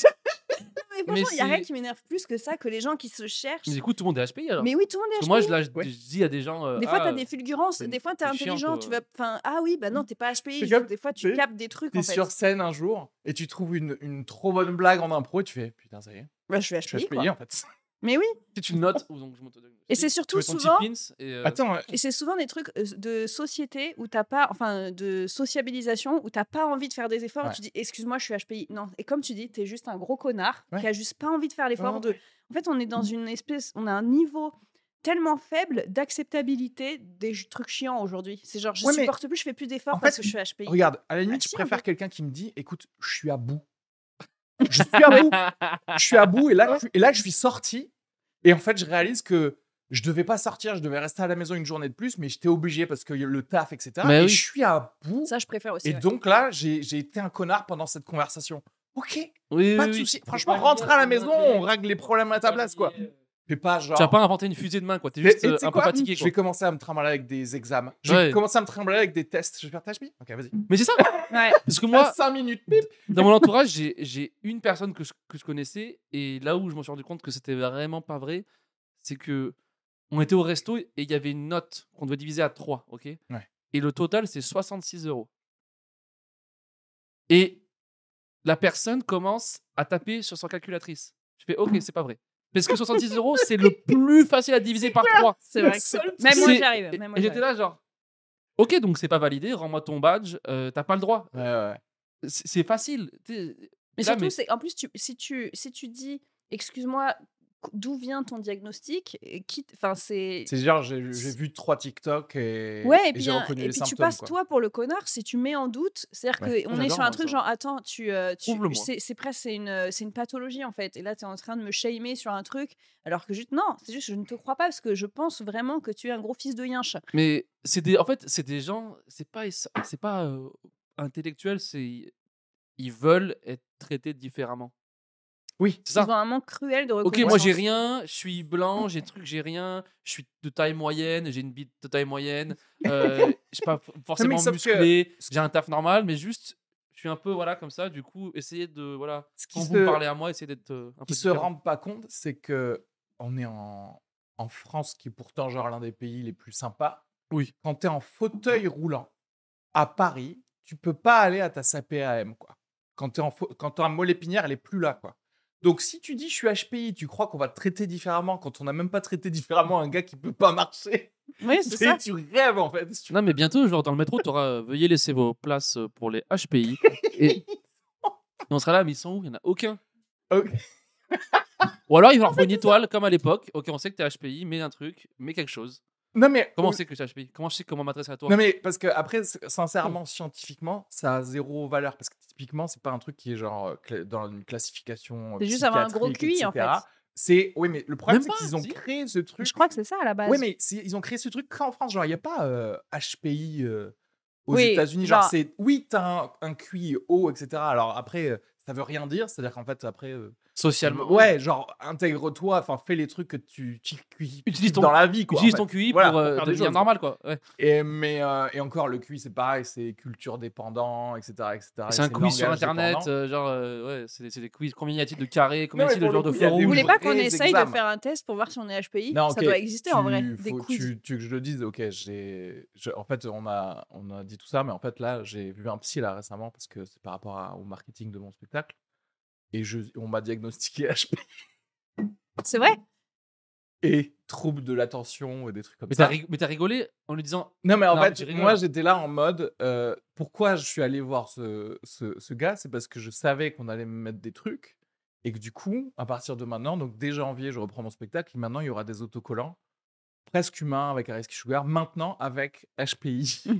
Speaker 1: Mais
Speaker 3: franchement, il y a
Speaker 1: c'est-
Speaker 3: rien qui m'énerve plus que ça, que les gens qui se cherchent.
Speaker 1: Mais du coup, tout le monde est HPI alors.
Speaker 3: Mais oui, tout le
Speaker 1: Parce que
Speaker 3: monde
Speaker 1: moi,
Speaker 3: est
Speaker 1: je,
Speaker 3: HPI.
Speaker 1: là, je,
Speaker 2: Ouais.
Speaker 1: je dis à des gens. euh,
Speaker 3: Des fois,
Speaker 1: ah,
Speaker 3: t'as des fulgurances,
Speaker 1: c'est-
Speaker 3: des fois, t'es
Speaker 1: c'est chiant,
Speaker 3: intelligent,
Speaker 1: quoi.
Speaker 3: tu vas. Enfin, ah oui, bah non,
Speaker 2: Mmh.
Speaker 3: t'es pas HPI.
Speaker 2: C'est comme-
Speaker 3: Des fois, tu
Speaker 2: t'es-
Speaker 3: captes des trucs.
Speaker 2: T'es
Speaker 3: En fait.
Speaker 2: sur scène un jour et tu trouves une, une trop bonne blague en impro et tu fais putain, ça y est,
Speaker 3: Bah, je suis
Speaker 2: je suis
Speaker 3: HPI. quoi.
Speaker 2: HPI en fait.
Speaker 3: Mais oui,
Speaker 1: Si tu notes, ou donc je m'auto-diagnostique,
Speaker 3: et c'est
Speaker 1: tu
Speaker 3: surtout
Speaker 1: mets ton petit
Speaker 3: souvent.
Speaker 1: pins et, euh,
Speaker 2: Attends,
Speaker 3: Et c'est souvent des trucs euh, de société où t'as pas, enfin, de sociabilisation où t'as pas envie de faire des efforts.
Speaker 2: Ouais.
Speaker 3: Tu dis, excuse-moi, je suis HPI. Non. Et comme tu dis, t'es juste un gros connard
Speaker 2: Ouais.
Speaker 3: qui a juste pas envie de faire l'effort
Speaker 2: Ouais,
Speaker 3: de. En fait, on est
Speaker 2: mmh.
Speaker 3: dans une espèce, on a un niveau tellement faible d'acceptabilité des ch- trucs chiants aujourd'hui. C'est genre, je
Speaker 2: Ouais, mais-
Speaker 3: supporte plus, je fais plus d'efforts
Speaker 2: en
Speaker 3: parce
Speaker 2: fait,
Speaker 3: que je suis HPI.
Speaker 2: regarde, à la limite, je
Speaker 3: ah, si, un
Speaker 2: préfère
Speaker 3: peu.
Speaker 2: quelqu'un qui me dit écoute, je suis à bout. Je suis à bout. je suis à bout et là, je, et là je suis sorti et en fait je réalise que je devais pas sortir, je devais rester à la maison une journée de plus, mais j'étais obligé parce que le taf, etc.
Speaker 1: Mais
Speaker 2: et
Speaker 1: Bah oui.
Speaker 2: je suis à bout.
Speaker 3: Ça, je préfère aussi.
Speaker 2: et
Speaker 3: ouais.
Speaker 2: donc là, j'ai j'ai été un connard pendant cette conversation. Ok,
Speaker 1: Oui,
Speaker 2: pas
Speaker 1: oui,
Speaker 2: de
Speaker 1: oui.
Speaker 2: souci.
Speaker 1: Faut
Speaker 2: Franchement,
Speaker 1: pas
Speaker 2: rentre à la
Speaker 1: lier,
Speaker 2: maison,
Speaker 1: faut pas lier,
Speaker 2: on règle les problèmes à ta
Speaker 1: faut pas
Speaker 2: place, quoi.
Speaker 1: lier.
Speaker 2: Fais pas genre.
Speaker 1: Tu vas pas inventer une fusée de main quoi. T'es
Speaker 2: Mais-
Speaker 1: juste
Speaker 2: et
Speaker 1: euh,
Speaker 2: tu sais
Speaker 1: un peu
Speaker 2: quoi
Speaker 1: fatigué
Speaker 2: Je
Speaker 1: quoi.
Speaker 2: vais commencer à me trimballer avec des examens. Je vais
Speaker 1: Ouais.
Speaker 2: commencer à me trimballer avec des tests. Je vais Ah, faire ta HPI Ok, vas-y.
Speaker 1: Mais c'est ça.
Speaker 3: Ouais.
Speaker 1: Parce que
Speaker 2: Moi,
Speaker 1: moi,
Speaker 2: 5 minutes.
Speaker 1: dans mon entourage, j'ai- j'ai une personne que je, que je connaissais, et là où je me suis rendu compte que c'était vraiment pas vrai, c'est que On était au resto et il y avait une note qu'on devait diviser à 3, ok
Speaker 2: Ouais.
Speaker 1: Et le total, c'est 66 euros. Et la personne commence à taper sur son calculatrice. Je fais, ok, c'est pas vrai. Parce que 66 euros, c'est le plus facile à diviser par 3.
Speaker 3: C'est vrai.
Speaker 4: seul
Speaker 3: que- Même moi,
Speaker 1: C'est-
Speaker 3: j'y arrive.
Speaker 1: et-
Speaker 3: Même moi,
Speaker 1: Et
Speaker 3: j'y
Speaker 1: j'étais là, genre, ok, donc c'est pas validé, rends-moi ton badge, euh, t'as pas le droit.
Speaker 2: Ouais, ouais.
Speaker 1: C'est c'est facile. T'es- Là,
Speaker 3: Mais surtout,
Speaker 1: mais-
Speaker 3: c'est en plus, tu, si, tu, si tu dis, excuse-moi, qu- d'où vient ton diagnostic Et qui- Enfin, c'est.
Speaker 2: C'est genre, j'ai j'ai vu trois TikTok et,
Speaker 3: Ouais, et
Speaker 2: et
Speaker 3: puis,
Speaker 2: j'ai
Speaker 3: un-
Speaker 2: reconnu
Speaker 3: et
Speaker 2: les
Speaker 3: puis tu
Speaker 2: symptômes.
Speaker 3: passes
Speaker 2: quoi.
Speaker 3: toi pour le connard si tu mets en doute. C'est-à-dire
Speaker 2: Ouais.
Speaker 3: qu'on est
Speaker 1: J'adore,
Speaker 3: sur un
Speaker 1: moi,
Speaker 3: truc
Speaker 1: ça.
Speaker 3: genre, attends, tu, euh, tu-
Speaker 1: Prouve-le-moi.
Speaker 3: c'est c'est presque c'est une, euh, c'est une pathologie en fait. Et là, tu es en train de me shamer sur un truc. Alors que juste, non, c'est juste, je ne te crois pas parce que je pense vraiment que tu es un gros fils de yinche.
Speaker 1: Mais c'est des, en fait, c'est des gens, c'est pas, es- c'est pas euh, intellectuel, c'est ils veulent être traités différemment.
Speaker 2: Oui.
Speaker 1: c'est
Speaker 3: Ils ont
Speaker 1: ça.
Speaker 3: un manque cruel de
Speaker 1: Ok,
Speaker 3: reconnaissance.
Speaker 1: moi j'ai rien, je suis blanc, j'ai truc, j'ai rien, je suis de taille moyenne, j'ai une bite de taille moyenne, euh, je suis pas f- forcément
Speaker 2: sauf que-
Speaker 1: musclé, j'ai un taf normal, mais juste, je suis un peu voilà comme ça. Du coup, essayez de voilà,
Speaker 2: Ce qui
Speaker 1: quand
Speaker 2: se-
Speaker 1: vous me parlez à moi, essayez d'être euh, un peu
Speaker 2: qui se
Speaker 1: différent.
Speaker 2: rendent pas compte, c'est que on est en, en France, qui est pourtant genre l'un des pays les plus sympas.
Speaker 1: Oui.
Speaker 2: Quand tu es en fauteuil roulant à Paris, tu peux pas aller à ta SAPAM, quoi. Quand tu es en fau- quand t'es en molépinière, elle est plus là, quoi. Donc si tu dis je suis HPI, tu crois qu'on va te traiter différemment quand on n'a même pas traité différemment un gars qui peut pas marcher.
Speaker 3: Oui, c'est ça.
Speaker 2: Tu rêves en fait. Tu-
Speaker 1: Non, mais bientôt, genre dans le métro, tu auras veuillez laisser vos places euh, pour les HPI. Et, et on sera là, mais ils sont où Il n'y en a aucun.
Speaker 2: Ok.
Speaker 1: Ou alors, il leur faut une étoile, comme à l'époque. Ok, on sait que t'es HPI, mais un truc, mais quelque chose.
Speaker 2: Non mais
Speaker 1: Comment on sait que t'es HPI Comment je sais comment m'adresser à toi
Speaker 2: Non mais parce que après, s- sincèrement,
Speaker 1: Mmh.
Speaker 2: scientifiquement, ça a zéro valeur parce que typiquement, c'est pas un truc qui est genre euh, cla- dans une classification. euh,
Speaker 3: C'est juste avoir un gros
Speaker 2: psychiatrique,
Speaker 3: QI, en fait.
Speaker 2: etc.. C'est oui, mais le problème
Speaker 1: Même
Speaker 2: c'est
Speaker 1: pas,
Speaker 2: qu'ils ont
Speaker 1: si.
Speaker 2: créé ce truc.
Speaker 3: Je crois que c'est ça à la base.
Speaker 2: Oui, mais c'est- ils ont créé ce truc qu'en France, genre il y a pas euh, HPI euh, aux
Speaker 3: Oui,
Speaker 2: États-Unis, genre
Speaker 3: genre-
Speaker 2: c'est oui, t'as un, un QI haut, etc. Alors après, euh, ça veut rien dire, c'est-à-dire qu'en fait après, euh,
Speaker 1: Socialement.
Speaker 2: ouais, genre intègre-toi, enfin fais les trucs que tu, tu- qui-
Speaker 1: Utilise ton-
Speaker 2: dans la vie, quoi. en
Speaker 1: Utilise
Speaker 2: fait.
Speaker 1: ton QI
Speaker 2: Voilà,
Speaker 1: pour
Speaker 2: pour
Speaker 1: euh,
Speaker 2: faire des
Speaker 1: devenir
Speaker 2: choses.
Speaker 1: normal, quoi. Ouais.
Speaker 2: Et, mais, euh, et encore, le QI, c'est pareil, c'est culture dépendant, etc. etc.
Speaker 1: C'est un quiz sur
Speaker 2: Ah langage
Speaker 1: Internet,
Speaker 2: dépendant.
Speaker 1: euh, genre, euh, ouais, c'est des- c'est des quiz. Combien y a-t-il de carrés Combien
Speaker 2: Non,
Speaker 1: y
Speaker 2: mais
Speaker 1: a-t-il de
Speaker 2: pour
Speaker 1: jours de
Speaker 2: le coup, il y a
Speaker 1: forums
Speaker 2: des
Speaker 3: Vous voulez
Speaker 2: Des
Speaker 3: pas qu'on essaye de
Speaker 2: examens.
Speaker 3: faire un test pour voir si on est HPI
Speaker 2: Non,
Speaker 3: Ça
Speaker 2: ok,
Speaker 3: doit exister en
Speaker 2: tu-
Speaker 3: vrai. Des
Speaker 2: faut-
Speaker 3: quiz.
Speaker 2: Tu, tu que je le dise, ok, j'ai. je- En fait, on a, on a dit tout ça, mais en fait, là, j'ai vu un psy là récemment parce que c'est par rapport à- au marketing de mon spectacle. Et je, on m'a diagnostiqué HP
Speaker 3: C'est vrai
Speaker 2: et trouble de l'attention et des trucs comme
Speaker 1: Mais
Speaker 2: ça.
Speaker 1: t'as rig- mais t'as rigolé en lui disant
Speaker 2: Non, mais en
Speaker 1: Non, mais tu
Speaker 2: fait,
Speaker 1: rigoles.
Speaker 2: moi, j'étais là en mode euh, pourquoi je suis allé voir ce, ce, ce gars C'est parce que je savais qu'on allait me mettre des trucs et que du coup, à partir de maintenant, donc dès janvier, E, je reprends mon spectacle. et maintenant, il y aura des autocollants presque humains avec Areski Sugar, maintenant avec HPI.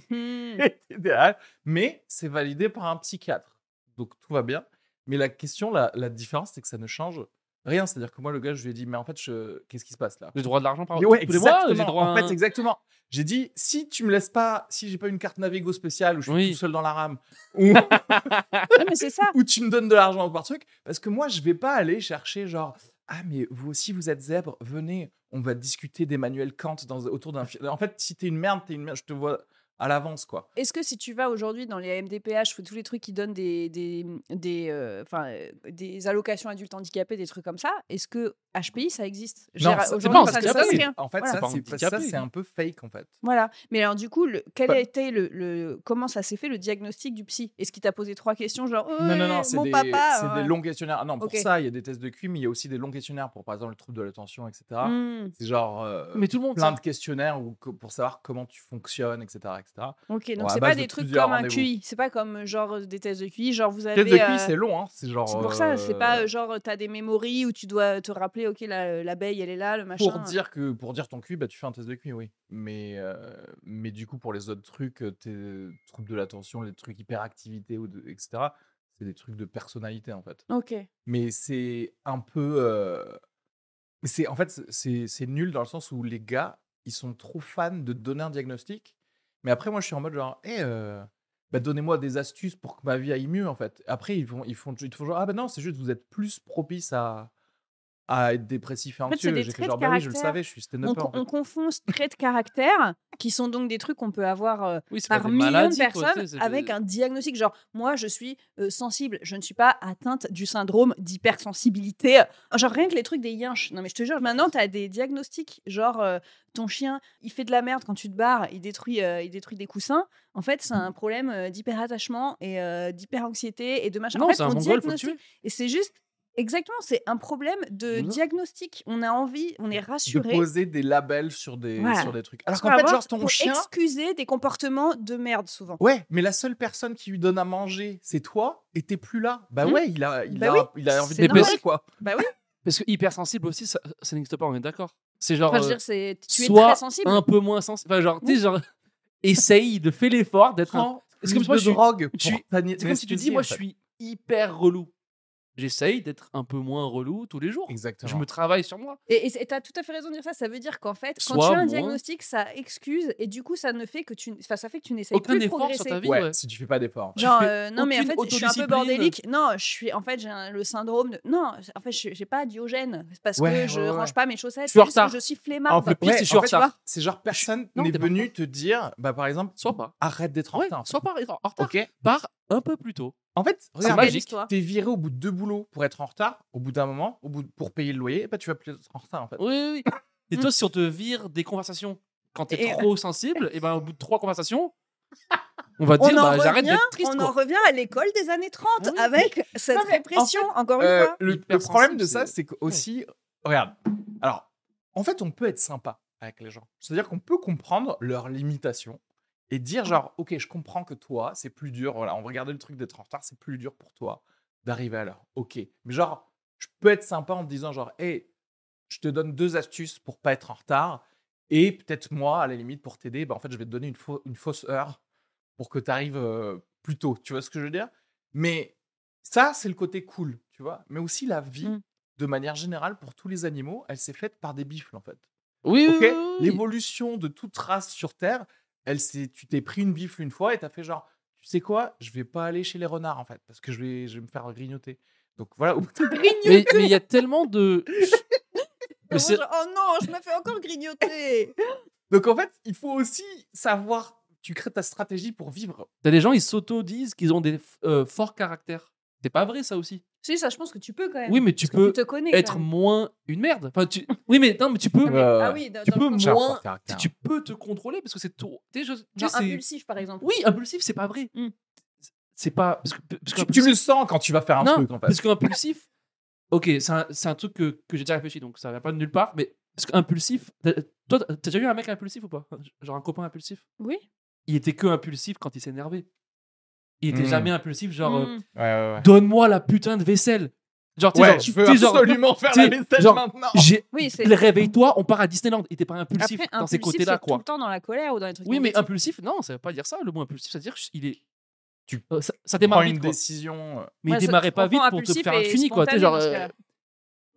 Speaker 3: Hmm.
Speaker 2: Idéal. mais c'est validé par un psychiatre. Donc tout va bien. Mais la question, la, la différence, c'est que ça ne change rien. C'est-à-dire que moi, le gars, je lui ai dit mais en fait, je... qu'est-ce qui se passe là
Speaker 1: j'ai droit à de l'argent par
Speaker 2: mais ouais,
Speaker 1: tous les mois, j'ai
Speaker 2: Oh, exactement.
Speaker 1: droit à
Speaker 2: En
Speaker 1: un-
Speaker 2: fait, exactement. J'ai dit, si tu me laisses pas, si j'ai pas une carte Navigo spéciale ou je suis
Speaker 1: Oui.
Speaker 2: tout seul dans la rame, ou,
Speaker 3: Non, mais c'est ça.
Speaker 2: ou tu me donnes de l'argent par truc, parce que moi, je vais pas aller chercher genre, ah, mais vous aussi, vous êtes zèbre, venez, on va discuter d'Emmanuel Kant dans, autour d'un. fi- En fait, si t'es une merde, t'es une merde, je te vois à l'avance, quoi.
Speaker 3: Est-ce que si tu vas aujourd'hui dans les MDPH, faut tous les trucs qui donnent des, des, des, euh, enfin, euh, des allocations adultes handicapés, des trucs comme ça, est-ce que HPI, ça existe J'ai ra-
Speaker 2: ça-
Speaker 3: aujourd'hui,
Speaker 1: pas
Speaker 3: ça ne
Speaker 1: handicapé.
Speaker 3: donne rien.
Speaker 2: En fait,
Speaker 3: Voilà.
Speaker 2: ça,
Speaker 1: Pas
Speaker 2: c'est- ça,
Speaker 1: handicapé.
Speaker 2: c'est un peu fake, en fait.
Speaker 3: Voilà. Mais alors, du coup, le- quel
Speaker 2: Pas-
Speaker 3: a été le, le- comment ça s'est fait le diagnostic du psy Est-ce qu'il t'a posé trois questions, genre
Speaker 2: Non, non,
Speaker 3: Ouais,
Speaker 2: non, c'est
Speaker 3: mon
Speaker 2: des,
Speaker 3: papa euh.
Speaker 2: c'est
Speaker 3: ouais.
Speaker 2: des longs questionnaires. Ah Non, pour
Speaker 3: Ok.
Speaker 2: ça, il y a des tests de QI, mais il y a aussi des longs questionnaires pour, par exemple, le trouble de l'attention, etc.
Speaker 3: Hmm,
Speaker 2: C'est genre. euh,
Speaker 1: Mais tout le monde.
Speaker 2: plein
Speaker 1: ça.
Speaker 2: de questionnaires ou co- pour savoir comment tu fonctionnes, etc. etc.
Speaker 3: Ok, donc
Speaker 2: Bon, à base
Speaker 3: c'est pas
Speaker 2: de
Speaker 3: des trucs
Speaker 2: plusieurs
Speaker 3: comme un
Speaker 2: rendez-vous.
Speaker 3: QI, c'est pas comme euh, genre des tests de QI, genre vous avez.
Speaker 2: Test de QI,
Speaker 3: euh,
Speaker 2: c'est long, hein. C'est genre.
Speaker 3: C'est pour ça, c'est pas
Speaker 2: euh,
Speaker 3: euh, genre t'as des mémories où tu dois te rappeler, ok, la- euh, l'abeille elle est là, le machin. euh. hein.
Speaker 2: Pour dire, que, pour dire ton QI, bah, tu fais un test de QI, oui. Mais, euh, mais du coup, pour les autres trucs, euh, tes troubles de l'attention, les trucs hyperactivité, ou de, etc., c'est des trucs de personnalité, en fait.
Speaker 3: Ok.
Speaker 2: Mais c'est un peu. euh, c'est En fait, c'est- c'est c'est nul dans le sens où les gars, ils sont trop fans de donner un diagnostic. Mais après, moi, je suis en mode genre, Eh, euh, bah, donnez-moi des astuces pour que bah, ma vie aille mieux, en fait. Après, ils, vont, ils, font, ils te font genre, ah ben non, c'est juste, vous êtes plus propice à, à être dépressif et
Speaker 4: fait, c'est
Speaker 2: anxieux.
Speaker 4: des
Speaker 2: J'ai fait
Speaker 4: traits de
Speaker 2: genre, bah oui, je le
Speaker 4: caractère.
Speaker 2: savais, je suis
Speaker 3: on,
Speaker 2: stand-upper.
Speaker 3: co-
Speaker 2: en fait.
Speaker 3: on confond ce trait de caractère, qui sont donc des trucs qu'on peut avoir euh,
Speaker 1: Oui, c'est pas
Speaker 3: par
Speaker 1: des
Speaker 3: millions
Speaker 1: maladies,
Speaker 3: de
Speaker 1: quoi, tu sais,
Speaker 3: personnes
Speaker 1: c'est
Speaker 3: avec
Speaker 1: des-
Speaker 3: un diagnostic. Genre, moi, je suis euh, sensible, je ne suis pas atteinte du syndrome d'hypersensibilité. euh, Genre, rien que les trucs des yinches. Non, mais je te jure, maintenant, tu as des diagnostics. Genre, euh, ton chien, il fait de la merde quand tu te barres, il détruit, euh, il détruit des coussins. En fait, c'est un problème euh, d'hyperattachement et euh, d'hyperanxiété et de machin. en
Speaker 1: Non,
Speaker 3: fait,
Speaker 1: c'est un
Speaker 3: on
Speaker 1: mongol, faut le
Speaker 3: diagnostique-
Speaker 1: tuer.
Speaker 3: Et c'est juste. Exactement, c'est un problème de
Speaker 1: Voilà.
Speaker 3: diagnostic. On a envie, on est
Speaker 2: de
Speaker 3: rassuré.
Speaker 2: poser des labels sur des,
Speaker 3: Voilà.
Speaker 2: sur des trucs. Alors
Speaker 3: Pour
Speaker 2: qu'en fait,
Speaker 3: avoir-
Speaker 2: genre, ton
Speaker 3: pour
Speaker 2: chien.
Speaker 3: excuser des comportements de merde souvent.
Speaker 2: Ouais, mais la seule personne qui lui donne à manger, c'est toi, et t'es plus là. Bah
Speaker 3: Hmm.
Speaker 2: ouais, il a, il
Speaker 3: Bah
Speaker 2: a,
Speaker 3: oui,
Speaker 2: il a envie de
Speaker 3: c'est
Speaker 2: déposer,
Speaker 1: normal.
Speaker 2: quoi.
Speaker 1: Parce que hypersensible aussi, ça, ça n'existe pas, on est d'accord. C'est genre
Speaker 3: Enfin, je veux
Speaker 1: euh,
Speaker 3: dire, c'est tu es
Speaker 1: soit
Speaker 3: très sensible.
Speaker 1: un peu moins sensible. Enfin, genre, tu sais, genre, essaye de faire l'effort d'être un.
Speaker 2: Prends
Speaker 1: C'est
Speaker 2: plus
Speaker 1: comme si moi,
Speaker 2: de
Speaker 1: je suis-
Speaker 2: drogue.
Speaker 1: je
Speaker 2: pour
Speaker 1: suis-
Speaker 2: ta-
Speaker 1: C'est comme si tu
Speaker 2: anesthésie,
Speaker 1: dis, moi,
Speaker 2: en
Speaker 1: je
Speaker 2: fait.
Speaker 1: suis hyper relou. J'essaye d'être un peu moins relou tous les jours.
Speaker 2: Exactement.
Speaker 1: Je me travaille sur moi.
Speaker 3: Et et- et t'as tout à fait raison de dire ça. Ça veut dire qu'en fait, quand
Speaker 1: Soit
Speaker 3: tu as un
Speaker 1: moins.
Speaker 3: diagnostic, ça excuse et du coup, ça ne fait que tu, enfin, ça fait que tu n'essayes
Speaker 1: Aucun
Speaker 3: plus de
Speaker 1: effort sur
Speaker 3: progresser.
Speaker 1: ta vie.
Speaker 2: Ouais,
Speaker 1: ouais.
Speaker 2: si tu fais pas d'effort.
Speaker 1: Tu
Speaker 3: Genre,
Speaker 1: fais
Speaker 3: euh, non mais en fait,
Speaker 1: aucune
Speaker 3: je suis un peu
Speaker 1: autodiscipline.
Speaker 3: bordélique. Non, je suis, en fait, j'ai un- le syndrome de, non, en fait, je- j'ai pas Diogène C'est parce
Speaker 2: Ouais,
Speaker 3: que je
Speaker 2: ouais, ouais.
Speaker 3: range pas mes chaussettes.
Speaker 1: Je suis
Speaker 3: c'est
Speaker 1: en
Speaker 3: juste que
Speaker 1: retard.
Speaker 3: Je suis
Speaker 1: En
Speaker 3: flemmarde.
Speaker 1: fait, pire,
Speaker 2: Ouais,
Speaker 1: c'est je suis
Speaker 2: en
Speaker 1: en
Speaker 2: fait,
Speaker 1: retard.
Speaker 2: C'est genre, personne
Speaker 1: Non,
Speaker 2: n'est
Speaker 1: t'es pas en
Speaker 2: venu te dire, bah par exemple,
Speaker 1: Soit pas.
Speaker 2: arrête d'être en
Speaker 1: Ouais,
Speaker 2: retard. en
Speaker 1: soit
Speaker 2: fait.
Speaker 1: pas en retard.
Speaker 2: Ok.
Speaker 1: Pars un peu plus tôt.
Speaker 2: En fait,
Speaker 1: C'est
Speaker 2: regarde,
Speaker 3: Quelle
Speaker 1: magique.
Speaker 3: histoire.
Speaker 2: t'es viré au bout de deux boulots pour être en retard, au bout d'un moment, au bout de- pour payer le loyer, bah tu vas plus être en retard en fait.
Speaker 1: Oui, oui, oui. Et toi, si on te vire des conversations quand t'es
Speaker 3: Mmh. Et-
Speaker 1: trop sensible, et ben au bout de trois conversations, on va te
Speaker 3: On
Speaker 1: dire,
Speaker 3: en
Speaker 1: bah, j'arrête
Speaker 3: revient-
Speaker 1: d'être triste.
Speaker 3: On
Speaker 1: quoi. Ah
Speaker 3: en revient à l'école des années 30
Speaker 1: Oui.
Speaker 3: avec cette
Speaker 4: Non, mais en
Speaker 3: répression, encore une
Speaker 2: Euh,
Speaker 3: fois.
Speaker 2: le,
Speaker 1: Hyper
Speaker 2: le problème de
Speaker 1: sensible,
Speaker 2: ça,
Speaker 1: c'est-
Speaker 2: c'est qu'aussi, regarde, alors, en fait, on peut être sympa avec les gens. C'est-à-dire qu'on peut comprendre leurs limitations et dire genre, ok, je comprends que toi, c'est plus dur. Voilà, on va regarder le truc d'être en retard, c'est plus dur pour toi d'arriver à l'heure. Ok, mais genre, je peux être sympa en te disant genre, hey, je te donne deux astuces pour pas être en retard et peut-être moi, à la limite, pour t'aider, bah, en fait, je vais te donner une, fau- une fausse heure pour que tu arrives plus tôt. Tu vois ce que je veux dire Mais ça, c'est le côté cool, tu vois. Mais aussi la vie,
Speaker 1: Mmh.
Speaker 3: Mm.
Speaker 2: de manière générale, pour tous les animaux, elle s'est faite par des bifles, en fait.
Speaker 1: Oui, oui,
Speaker 2: Ok
Speaker 1: oui, oui, oui.
Speaker 2: L'évolution de toute race sur Terre, elle s'est- tu t'es pris une bifle une fois et t'as fait genre, tu sais quoi, je vais pas aller chez les renards, en fait, parce que je vais, je vais me faire grignoter. Donc voilà, au bout de-
Speaker 1: Mais mais il y a tellement de. Mais c'est-
Speaker 3: Genre, oh non, je me fais encore grignoter.
Speaker 2: Donc en fait, il faut aussi savoir, tu crées ta stratégie pour vivre.
Speaker 1: T'as des gens, ils s'auto-disent qu'ils ont des euh, forts caractères. C'est pas vrai, ça aussi.
Speaker 3: Si, ça, je pense que tu peux quand même.
Speaker 1: Oui, mais tu
Speaker 3: Parce que
Speaker 1: peux
Speaker 3: te connais. quand
Speaker 1: être
Speaker 3: même.
Speaker 1: moins une merde. Enfin, tu... Oui, mais, non, mais tu peux,
Speaker 3: Ah oui, dans-
Speaker 1: Euh, tu
Speaker 3: dans le
Speaker 1: peux
Speaker 3: sens-
Speaker 2: J'ai un
Speaker 1: moins-
Speaker 2: fort caractère.
Speaker 1: tu peux te contrôler parce que c'est tout. Tu sais, je- tu sais,
Speaker 3: genre
Speaker 1: c'est-
Speaker 3: impulsif, par exemple.
Speaker 1: Oui, impulsif, c'est pas vrai.
Speaker 3: Mm.
Speaker 1: C'est pas. Parce que, parce
Speaker 2: Tu-
Speaker 1: qu'impulsif-
Speaker 2: tu le sens quand tu vas faire un
Speaker 1: non,
Speaker 2: truc, en fait.
Speaker 1: parce qu'impulsif, ok, c'est un, c'est un truc que, que j'ai déjà réfléchi, donc ça vient pas de nulle part, mais parce qu'impulsif, t'as- toi, t'as déjà eu un mec impulsif ou pas Genre un copain impulsif
Speaker 3: Oui.
Speaker 1: Il était que impulsif quand il s'énervait. Il était
Speaker 2: Mm.
Speaker 1: jamais impulsif, genre, euh,
Speaker 3: Mm.
Speaker 2: Ouais, ouais, ouais.
Speaker 1: donne-moi la putain de vaisselle. Genre, tu sais,
Speaker 2: Ouais,
Speaker 1: genre,
Speaker 2: je veux
Speaker 1: t'es genre,
Speaker 2: absolument faire la
Speaker 1: t'sais,
Speaker 2: vaisselle
Speaker 1: genre,
Speaker 2: maintenant.
Speaker 1: j'ai-
Speaker 3: Oui, c'est.
Speaker 1: réveille-toi, on part à Disneyland. Il était pas impulsif
Speaker 3: Après,
Speaker 1: dans ces
Speaker 3: impulsif,
Speaker 1: côtés-là,
Speaker 3: c'est
Speaker 1: quoi.
Speaker 3: Tout le temps dans la colère ou dans les trucs.
Speaker 1: Oui, mais
Speaker 3: négatifs.
Speaker 1: impulsif, non, ça veut pas dire ça. Le mot impulsif, ça veut dire qu'il est.
Speaker 2: Tu
Speaker 1: Euh, ça, ça
Speaker 2: Prends
Speaker 1: démarre
Speaker 2: une
Speaker 1: vite, quoi.
Speaker 2: décision. euh,
Speaker 1: Mais
Speaker 3: Ouais,
Speaker 1: il
Speaker 3: ça-
Speaker 1: démarrait
Speaker 3: je
Speaker 1: pas vite
Speaker 3: comprends,
Speaker 1: pour te faire un
Speaker 3: impulsif et
Speaker 1: funi, quoi. Tu sais,
Speaker 3: spontané,
Speaker 1: genre.
Speaker 3: dans ce
Speaker 1: euh,
Speaker 3: cas-là.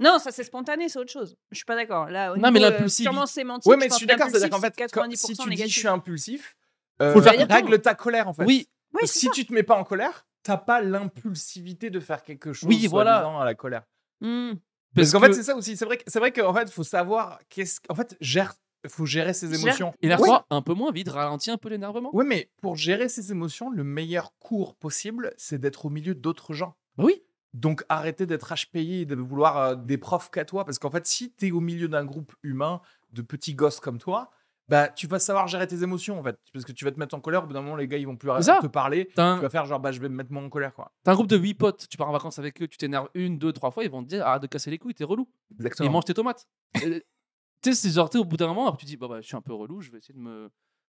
Speaker 3: Non, ça c'est spontané, c'est autre chose. Je suis pas d'accord. Là, au
Speaker 1: Non, mais
Speaker 3: niveau, euh,
Speaker 1: l'impulsif,
Speaker 3: purement
Speaker 1: il-
Speaker 3: sémantique.
Speaker 2: Ouais, mais je
Speaker 3: pense
Speaker 2: suis d'accord,
Speaker 3: que
Speaker 2: c'est-à-dire qu'en fait,
Speaker 3: l'impulsif,
Speaker 2: quand-
Speaker 3: c'est
Speaker 2: si
Speaker 3: 90%
Speaker 2: tu dis je
Speaker 3: négatif.
Speaker 2: suis impulsif, euh,
Speaker 1: Faut le faire
Speaker 2: règle ta colère en fait.
Speaker 1: Oui,
Speaker 3: Oui,
Speaker 2: Parce que
Speaker 3: c'est
Speaker 2: si
Speaker 3: ça.
Speaker 2: tu te mets pas en colère, t'as pas l'impulsivité de faire quelque chose
Speaker 1: Oui, voilà.
Speaker 2: soi-disant à la colère.
Speaker 3: Mm.
Speaker 2: Parce,
Speaker 1: parce
Speaker 2: qu'en
Speaker 1: que-
Speaker 2: fait, c'est ça aussi. C'est vrai, que- c'est vrai qu'en fait, faut savoir qu'est-ce. En fait, gère, faut gérer ses
Speaker 3: Gère-
Speaker 2: émotions.
Speaker 1: Et la
Speaker 2: Oui.
Speaker 1: fois, un peu moins vite, ralentit un peu l'énervement.
Speaker 2: Oui, mais pour gérer ses émotions, le meilleur cours possible, c'est d'être au milieu d'autres gens.
Speaker 1: Bah oui.
Speaker 2: Donc arrêtez d'être HPI et de vouloir euh, des profs qu'à toi. Parce qu'en fait, si tu es au milieu d'un groupe humain de petits gosses comme toi, bah tu vas savoir gérer tes émotions en fait. Parce que tu vas te mettre en colère, au bout d'un moment, les gars, ils vont plus
Speaker 1: C'est ça.
Speaker 2: te parler.
Speaker 1: T'as
Speaker 2: Tu
Speaker 1: un,
Speaker 2: vas faire genre, bah je vais me mettre moi en colère quoi.
Speaker 1: t'as un groupe de 8 potes, tu pars en vacances avec eux, tu t'énerves une, deux, trois fois, ils vont te dire arrête de casser les couilles, t'es relou. Et
Speaker 2: Exactement.
Speaker 1: mange tes tomates. Euh, Tu sais, c'est genre, t'es au bout d'un moment, après, tu dis bah, bah, je suis un peu relou, je vais essayer de me.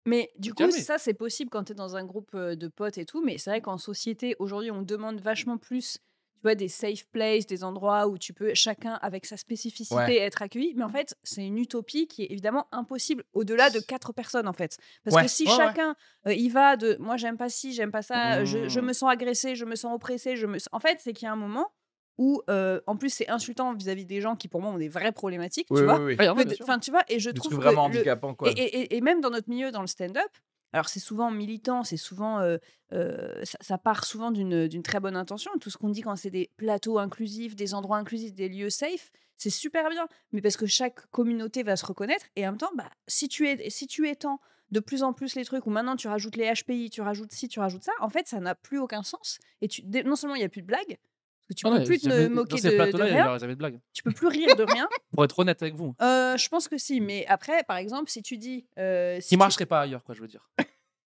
Speaker 3: Mais du
Speaker 1: Faut
Speaker 3: coup,
Speaker 1: calmer.
Speaker 3: ça, c'est possible quand tu es dans un groupe euh, de potes et tout. Mais c'est vrai qu'en société, aujourd'hui, on demande vachement plus tu vois, des safe places, des endroits où tu peux chacun, avec sa spécificité,
Speaker 2: Ouais.
Speaker 3: être accueilli. Mais en fait, c'est une utopie qui est évidemment impossible au-delà de quatre personnes, en fait. Parce
Speaker 2: Ouais,
Speaker 3: que si
Speaker 2: ouais, ouais.
Speaker 3: chacun euh, y va de moi, j'aime pas ci, j'aime pas ça, euh, je, je
Speaker 2: Mmh.
Speaker 1: Mm.
Speaker 3: me sens agressé, je me sens oppressé, je me... sens- en fait, c'est qu'il y a un moment où, euh, en plus, c'est insultant vis-à-vis des gens qui, pour moi, ont des vraies problématiques,
Speaker 2: Oui,
Speaker 3: tu
Speaker 2: oui,
Speaker 3: vois.
Speaker 2: oui.
Speaker 1: Ouais, Ah, il y en a,
Speaker 3: Que
Speaker 1: bien
Speaker 3: de-
Speaker 1: sûr.
Speaker 3: Enfin, tu vois, et je
Speaker 2: Des
Speaker 3: trouve
Speaker 2: trucs
Speaker 3: que
Speaker 2: vraiment
Speaker 3: le-
Speaker 2: handicapants quoi.
Speaker 3: et, et- et même dans notre milieu, dans le stand-up, Alors c'est souvent militant, c'est souvent euh, euh, ça, ça part souvent d'une d'une très bonne intention. Tout ce qu'on dit quand c'est des plateaux inclusifs, des endroits inclusifs, des lieux safe, c'est super bien. Mais parce que chaque communauté va se reconnaître et en même temps, bah, si tu es si tu étends de plus en plus les trucs où maintenant tu rajoutes les HPI, tu rajoutes ci, tu rajoutes ça, en fait ça n'a plus aucun sens. Et tu dé- non seulement il y a plus de blagues, parce que tu
Speaker 1: Ah
Speaker 3: peux
Speaker 1: ouais,
Speaker 3: plus te
Speaker 1: jamais-
Speaker 3: moquer
Speaker 1: dans ces
Speaker 3: de, de
Speaker 1: plateaux-là, il n'y
Speaker 3: rien,
Speaker 1: aura jamais de blague.
Speaker 3: tu peux plus rire de rien.
Speaker 1: Pour être honnête avec vous.
Speaker 3: Euh, je pense que si, mais après, par exemple, si tu dis, euh,
Speaker 1: Qui
Speaker 3: si tu-
Speaker 1: marcherait pas ailleurs, quoi, je veux dire.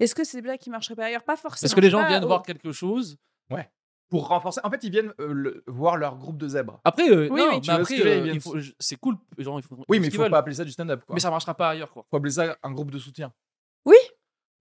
Speaker 3: est-ce que c'est des blagues qui marcheraient pas ailleurs Pas forcément.
Speaker 1: Parce que les gens
Speaker 3: pas
Speaker 1: viennent
Speaker 3: au-
Speaker 1: voir quelque chose.
Speaker 2: Pour renforcer. En fait, ils viennent euh, le- voir leur groupe de zèbres.
Speaker 1: Après, euh,
Speaker 3: Oui,
Speaker 1: non,
Speaker 3: oui,
Speaker 1: mais
Speaker 2: tu vois ce
Speaker 1: après,
Speaker 2: que j'ai,
Speaker 1: euh,
Speaker 2: ils viennent-
Speaker 1: il faut- je- c'est cool. les gens, ils font- ils font
Speaker 2: Oui,
Speaker 1: ce
Speaker 2: mais il
Speaker 1: qu'ils
Speaker 2: faut
Speaker 1: veulent.
Speaker 2: pas appeler ça du stand-up. quoi.
Speaker 1: Mais ça marchera pas ailleurs, quoi.
Speaker 2: faut appeler ça un groupe de soutien.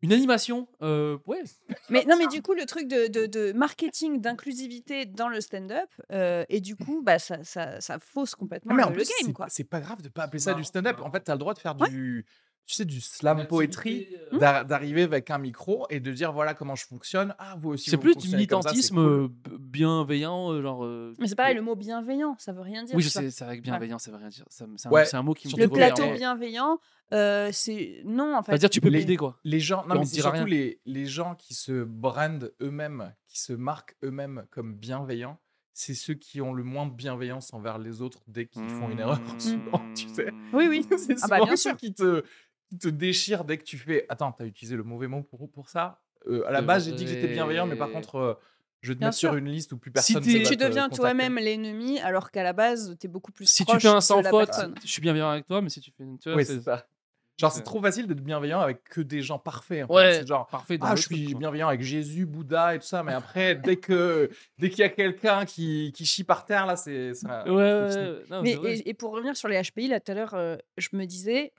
Speaker 1: Une animation, euh, ouais.
Speaker 3: Mais non, mais du coup, le truc de, de- de marketing d'inclusivité dans le stand-up, euh, et du coup, bah ça, ça, ça fausse complètement
Speaker 2: Ah, mais
Speaker 3: le,
Speaker 2: en
Speaker 3: le
Speaker 2: plus, c'est-
Speaker 3: game, quoi.
Speaker 2: c'est pas grave de pas appeler
Speaker 1: C'est
Speaker 2: ça
Speaker 1: marrant,
Speaker 2: du stand-up.
Speaker 1: c'est
Speaker 2: En fait, t'as le droit de faire
Speaker 3: Ouais.
Speaker 2: du, tu sais, du slam poétrie,
Speaker 1: L'activité, euh,
Speaker 2: d'ar- d'arriver avec un micro et de dire voilà comment je fonctionne. Ah, vous aussi.
Speaker 1: C'est
Speaker 2: vous
Speaker 1: plus du
Speaker 2: fonctionnez comme ça, c'est
Speaker 1: militantisme
Speaker 2: cool.
Speaker 1: euh, b- bienveillant, euh, genre. euh,
Speaker 3: Mais c'est pareil, le mot bienveillant, ça veut rien dire.
Speaker 1: Oui, je
Speaker 3: tu vois.
Speaker 1: sais, c'est vrai que bienveillant, ça veut rien dire. Ça me- C'est un,
Speaker 2: Ouais.
Speaker 1: c'est un mot qui me
Speaker 2: Surtout
Speaker 3: Le
Speaker 2: que-
Speaker 1: dérange.
Speaker 3: plateau
Speaker 2: Mais-
Speaker 3: bienveillant, euh, c'est non en fait.
Speaker 1: C'est-à-dire, tu peux
Speaker 2: Les-
Speaker 1: bider, quoi.
Speaker 2: Les gens,
Speaker 1: Et
Speaker 2: non,
Speaker 1: on
Speaker 2: mais
Speaker 1: te
Speaker 2: c'est
Speaker 1: dira
Speaker 2: surtout
Speaker 1: rien.
Speaker 2: les, les gens qui se brandent eux-mêmes, qui se marquent eux-mêmes comme bienveillants, c'est ceux qui ont le moins de bienveillance envers les autres dès qu'ils font une erreur.
Speaker 1: Oh,
Speaker 2: souvent, tu sais.
Speaker 3: Oui, oui.
Speaker 2: C'est
Speaker 3: Ah bah,
Speaker 2: souvent
Speaker 3: bien
Speaker 2: ceux
Speaker 3: sûr.
Speaker 2: qui te, qui te déchirent dès que tu fais Attends, t'as utilisé le mauvais mot pour, pour ça Euh, À la
Speaker 1: Euh,
Speaker 2: base, j'ai dit que j'étais
Speaker 1: ouais.
Speaker 2: bienveillant, mais par contre, euh, je vais te
Speaker 3: Bien
Speaker 2: mettre
Speaker 3: sûr.
Speaker 2: sur une liste où plus personne euh,
Speaker 1: t'es-
Speaker 2: ne va
Speaker 3: Tu
Speaker 2: te
Speaker 3: deviens
Speaker 2: contacter.
Speaker 3: toi-même l'ennemi, alors qu'à la base, t'es beaucoup plus
Speaker 1: euh, Si tu
Speaker 3: proche
Speaker 1: fais un
Speaker 3: de
Speaker 1: sans
Speaker 3: la
Speaker 1: faute,
Speaker 3: personne.
Speaker 1: je suis bienveillant avec toi, mais si tu fais une. tu vois,
Speaker 2: Oui,
Speaker 1: c'est-
Speaker 2: c'est ça. Genre, c'est
Speaker 1: c'est-
Speaker 2: trop facile d'être bienveillant avec que des gens parfaits. en fait.
Speaker 1: Ouais. bah,
Speaker 2: C'est genre.
Speaker 1: Parfait. dans
Speaker 2: Ah,
Speaker 1: le
Speaker 2: je
Speaker 1: truc,
Speaker 2: suis
Speaker 1: quoi.
Speaker 2: bienveillant avec Jésus, Bouddha et tout ça, mais après, dès que dès qu'il y a quelqu'un qui, qui chie par terre, là, c'est ça.
Speaker 1: Ouais, ouais, ouais.
Speaker 2: Ah
Speaker 1: Non,
Speaker 3: Mais,
Speaker 1: c'est
Speaker 2: bah
Speaker 1: vrai.
Speaker 3: et, et pour revenir sur les HPI, là tout à l'heure, euh, je me disais,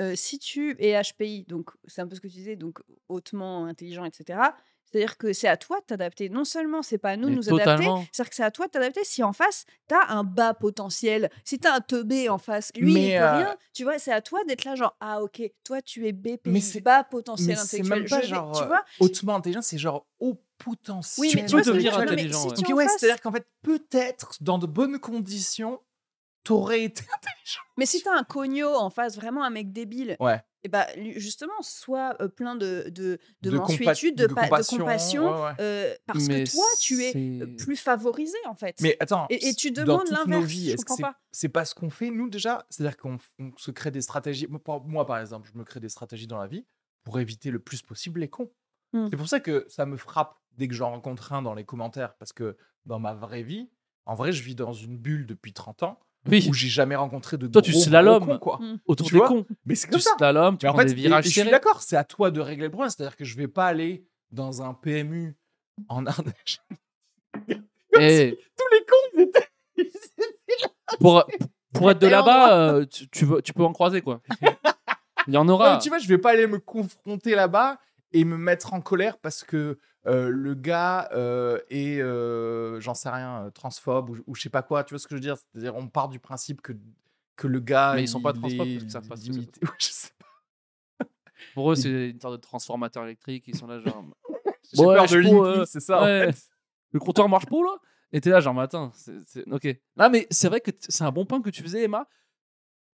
Speaker 3: euh, si tu es HPI, donc c'est un peu ce que tu disais, donc hautement intelligent, etc. C'est-à-dire que c'est à toi de t'adapter. Non seulement c'est pas à nous de
Speaker 1: Mais
Speaker 3: nous adapter,
Speaker 1: totalement.
Speaker 3: c'est-à-dire que c'est à toi de t'adapter. Si en face, t'as un bas potentiel, si t'as un teubé en face, lui, il
Speaker 2: Mais,
Speaker 3: peut
Speaker 2: euh,
Speaker 3: rien. Tu vois, c'est à toi d'être là, genre, ah ok, toi tu es BP,
Speaker 2: Mais c'est-
Speaker 3: bas potentiel
Speaker 2: mais c'est
Speaker 3: intellectuel.
Speaker 2: même pas
Speaker 3: je vais-
Speaker 2: genre,
Speaker 3: tu
Speaker 2: euh,
Speaker 3: vois
Speaker 2: Hautement intelligent, c'est genre haut potentiel.
Speaker 3: Oui,
Speaker 1: tu
Speaker 3: mais
Speaker 1: peux
Speaker 3: tu vois ce que je
Speaker 1: devenir
Speaker 3: veux dire. Non, mais
Speaker 1: intelligent,
Speaker 3: si
Speaker 1: ouais.
Speaker 3: tu
Speaker 2: Ok,
Speaker 3: en
Speaker 2: ouais,
Speaker 3: face-
Speaker 2: c'est-à-dire qu'en fait, peut-être dans de bonnes conditions, t'aurais été.
Speaker 3: Mais si t'as un cogno en face, vraiment un mec débile,
Speaker 2: Ouais.
Speaker 3: et bah lui- justement, sois euh, plein de, de, de,
Speaker 2: compa-
Speaker 3: mansuétude, de, pa- de compassion,
Speaker 2: ouais, ouais.
Speaker 3: euh, parce
Speaker 1: Mais
Speaker 3: que toi, tu es euh,
Speaker 1: c'est-
Speaker 3: plus favorisé en fait.
Speaker 2: Mais attends,
Speaker 3: Et- et tu
Speaker 2: dans
Speaker 3: demandes
Speaker 2: toutes
Speaker 3: l'inverse,
Speaker 2: nos vies,
Speaker 3: je
Speaker 2: est-ce que
Speaker 3: comprends
Speaker 2: c'est-
Speaker 3: pas.
Speaker 2: C'est pas ce qu'on fait, nous, déjà C'est-à-dire qu'on f- on se crée des stratégies. Moi, par- Moi, par exemple, je me crée des stratégies dans la vie pour éviter le plus possible les cons.
Speaker 3: Hmm.
Speaker 2: C'est pour ça que ça me frappe dès que j'en rencontre un dans les commentaires, parce que dans ma vraie vie, en vrai, je vis dans une bulle depuis 30 ans
Speaker 1: Oui,
Speaker 2: où j'ai jamais rencontré de
Speaker 1: Toi,
Speaker 2: gros,
Speaker 1: tu
Speaker 2: gros
Speaker 1: slalomes.
Speaker 2: cons, quoi.
Speaker 3: Hmm.
Speaker 1: autour
Speaker 2: tu
Speaker 1: des
Speaker 2: vois,
Speaker 1: cons.
Speaker 2: Mais c'est comme
Speaker 1: Tu
Speaker 2: ça
Speaker 1: slalomes, tu
Speaker 2: mais en
Speaker 1: prends
Speaker 2: fait,
Speaker 1: des
Speaker 2: et-
Speaker 1: virages
Speaker 2: et je suis
Speaker 1: serrés.
Speaker 2: d'accord, c'est à toi de régler le problème. C'est-à-dire que je vais pas aller dans un PMU en Ardèche. Comme si
Speaker 1: Eh,
Speaker 2: tous les cons ils étaient.
Speaker 1: pour, pour être de
Speaker 2: Quel
Speaker 1: là-bas, euh, tu, tu veux- tu peux en croiser, quoi. Il y en
Speaker 2: Non, mais
Speaker 1: aura.
Speaker 2: tu vois, je vais pas aller me confronter là-bas et me mettre en colère parce que euh, le gars euh, est, euh, j'en sais rien, euh, transphobe ou, ou je sais pas quoi. Tu vois ce que je veux dire C'est-à-dire, on part du principe que que le gars.
Speaker 1: Mais ils sont pas
Speaker 2: il
Speaker 1: transphobes
Speaker 2: est
Speaker 1: parce que ça passe,
Speaker 2: limité. Ouais, je sais pas.
Speaker 1: Pour eux, c'est une sorte de transformateur électrique. Ils sont là, genre.
Speaker 2: J'ai
Speaker 1: Ouais,
Speaker 2: peur
Speaker 1: je
Speaker 2: de
Speaker 1: trouve,
Speaker 2: Linky,
Speaker 1: euh,
Speaker 2: c'est ça. en
Speaker 1: ouais.
Speaker 2: fait.
Speaker 1: le comptoir marche pas là et t'es là genre matin c'est, c'est- ok non mais c'est vrai que t- c'est un bon point que tu faisais Emma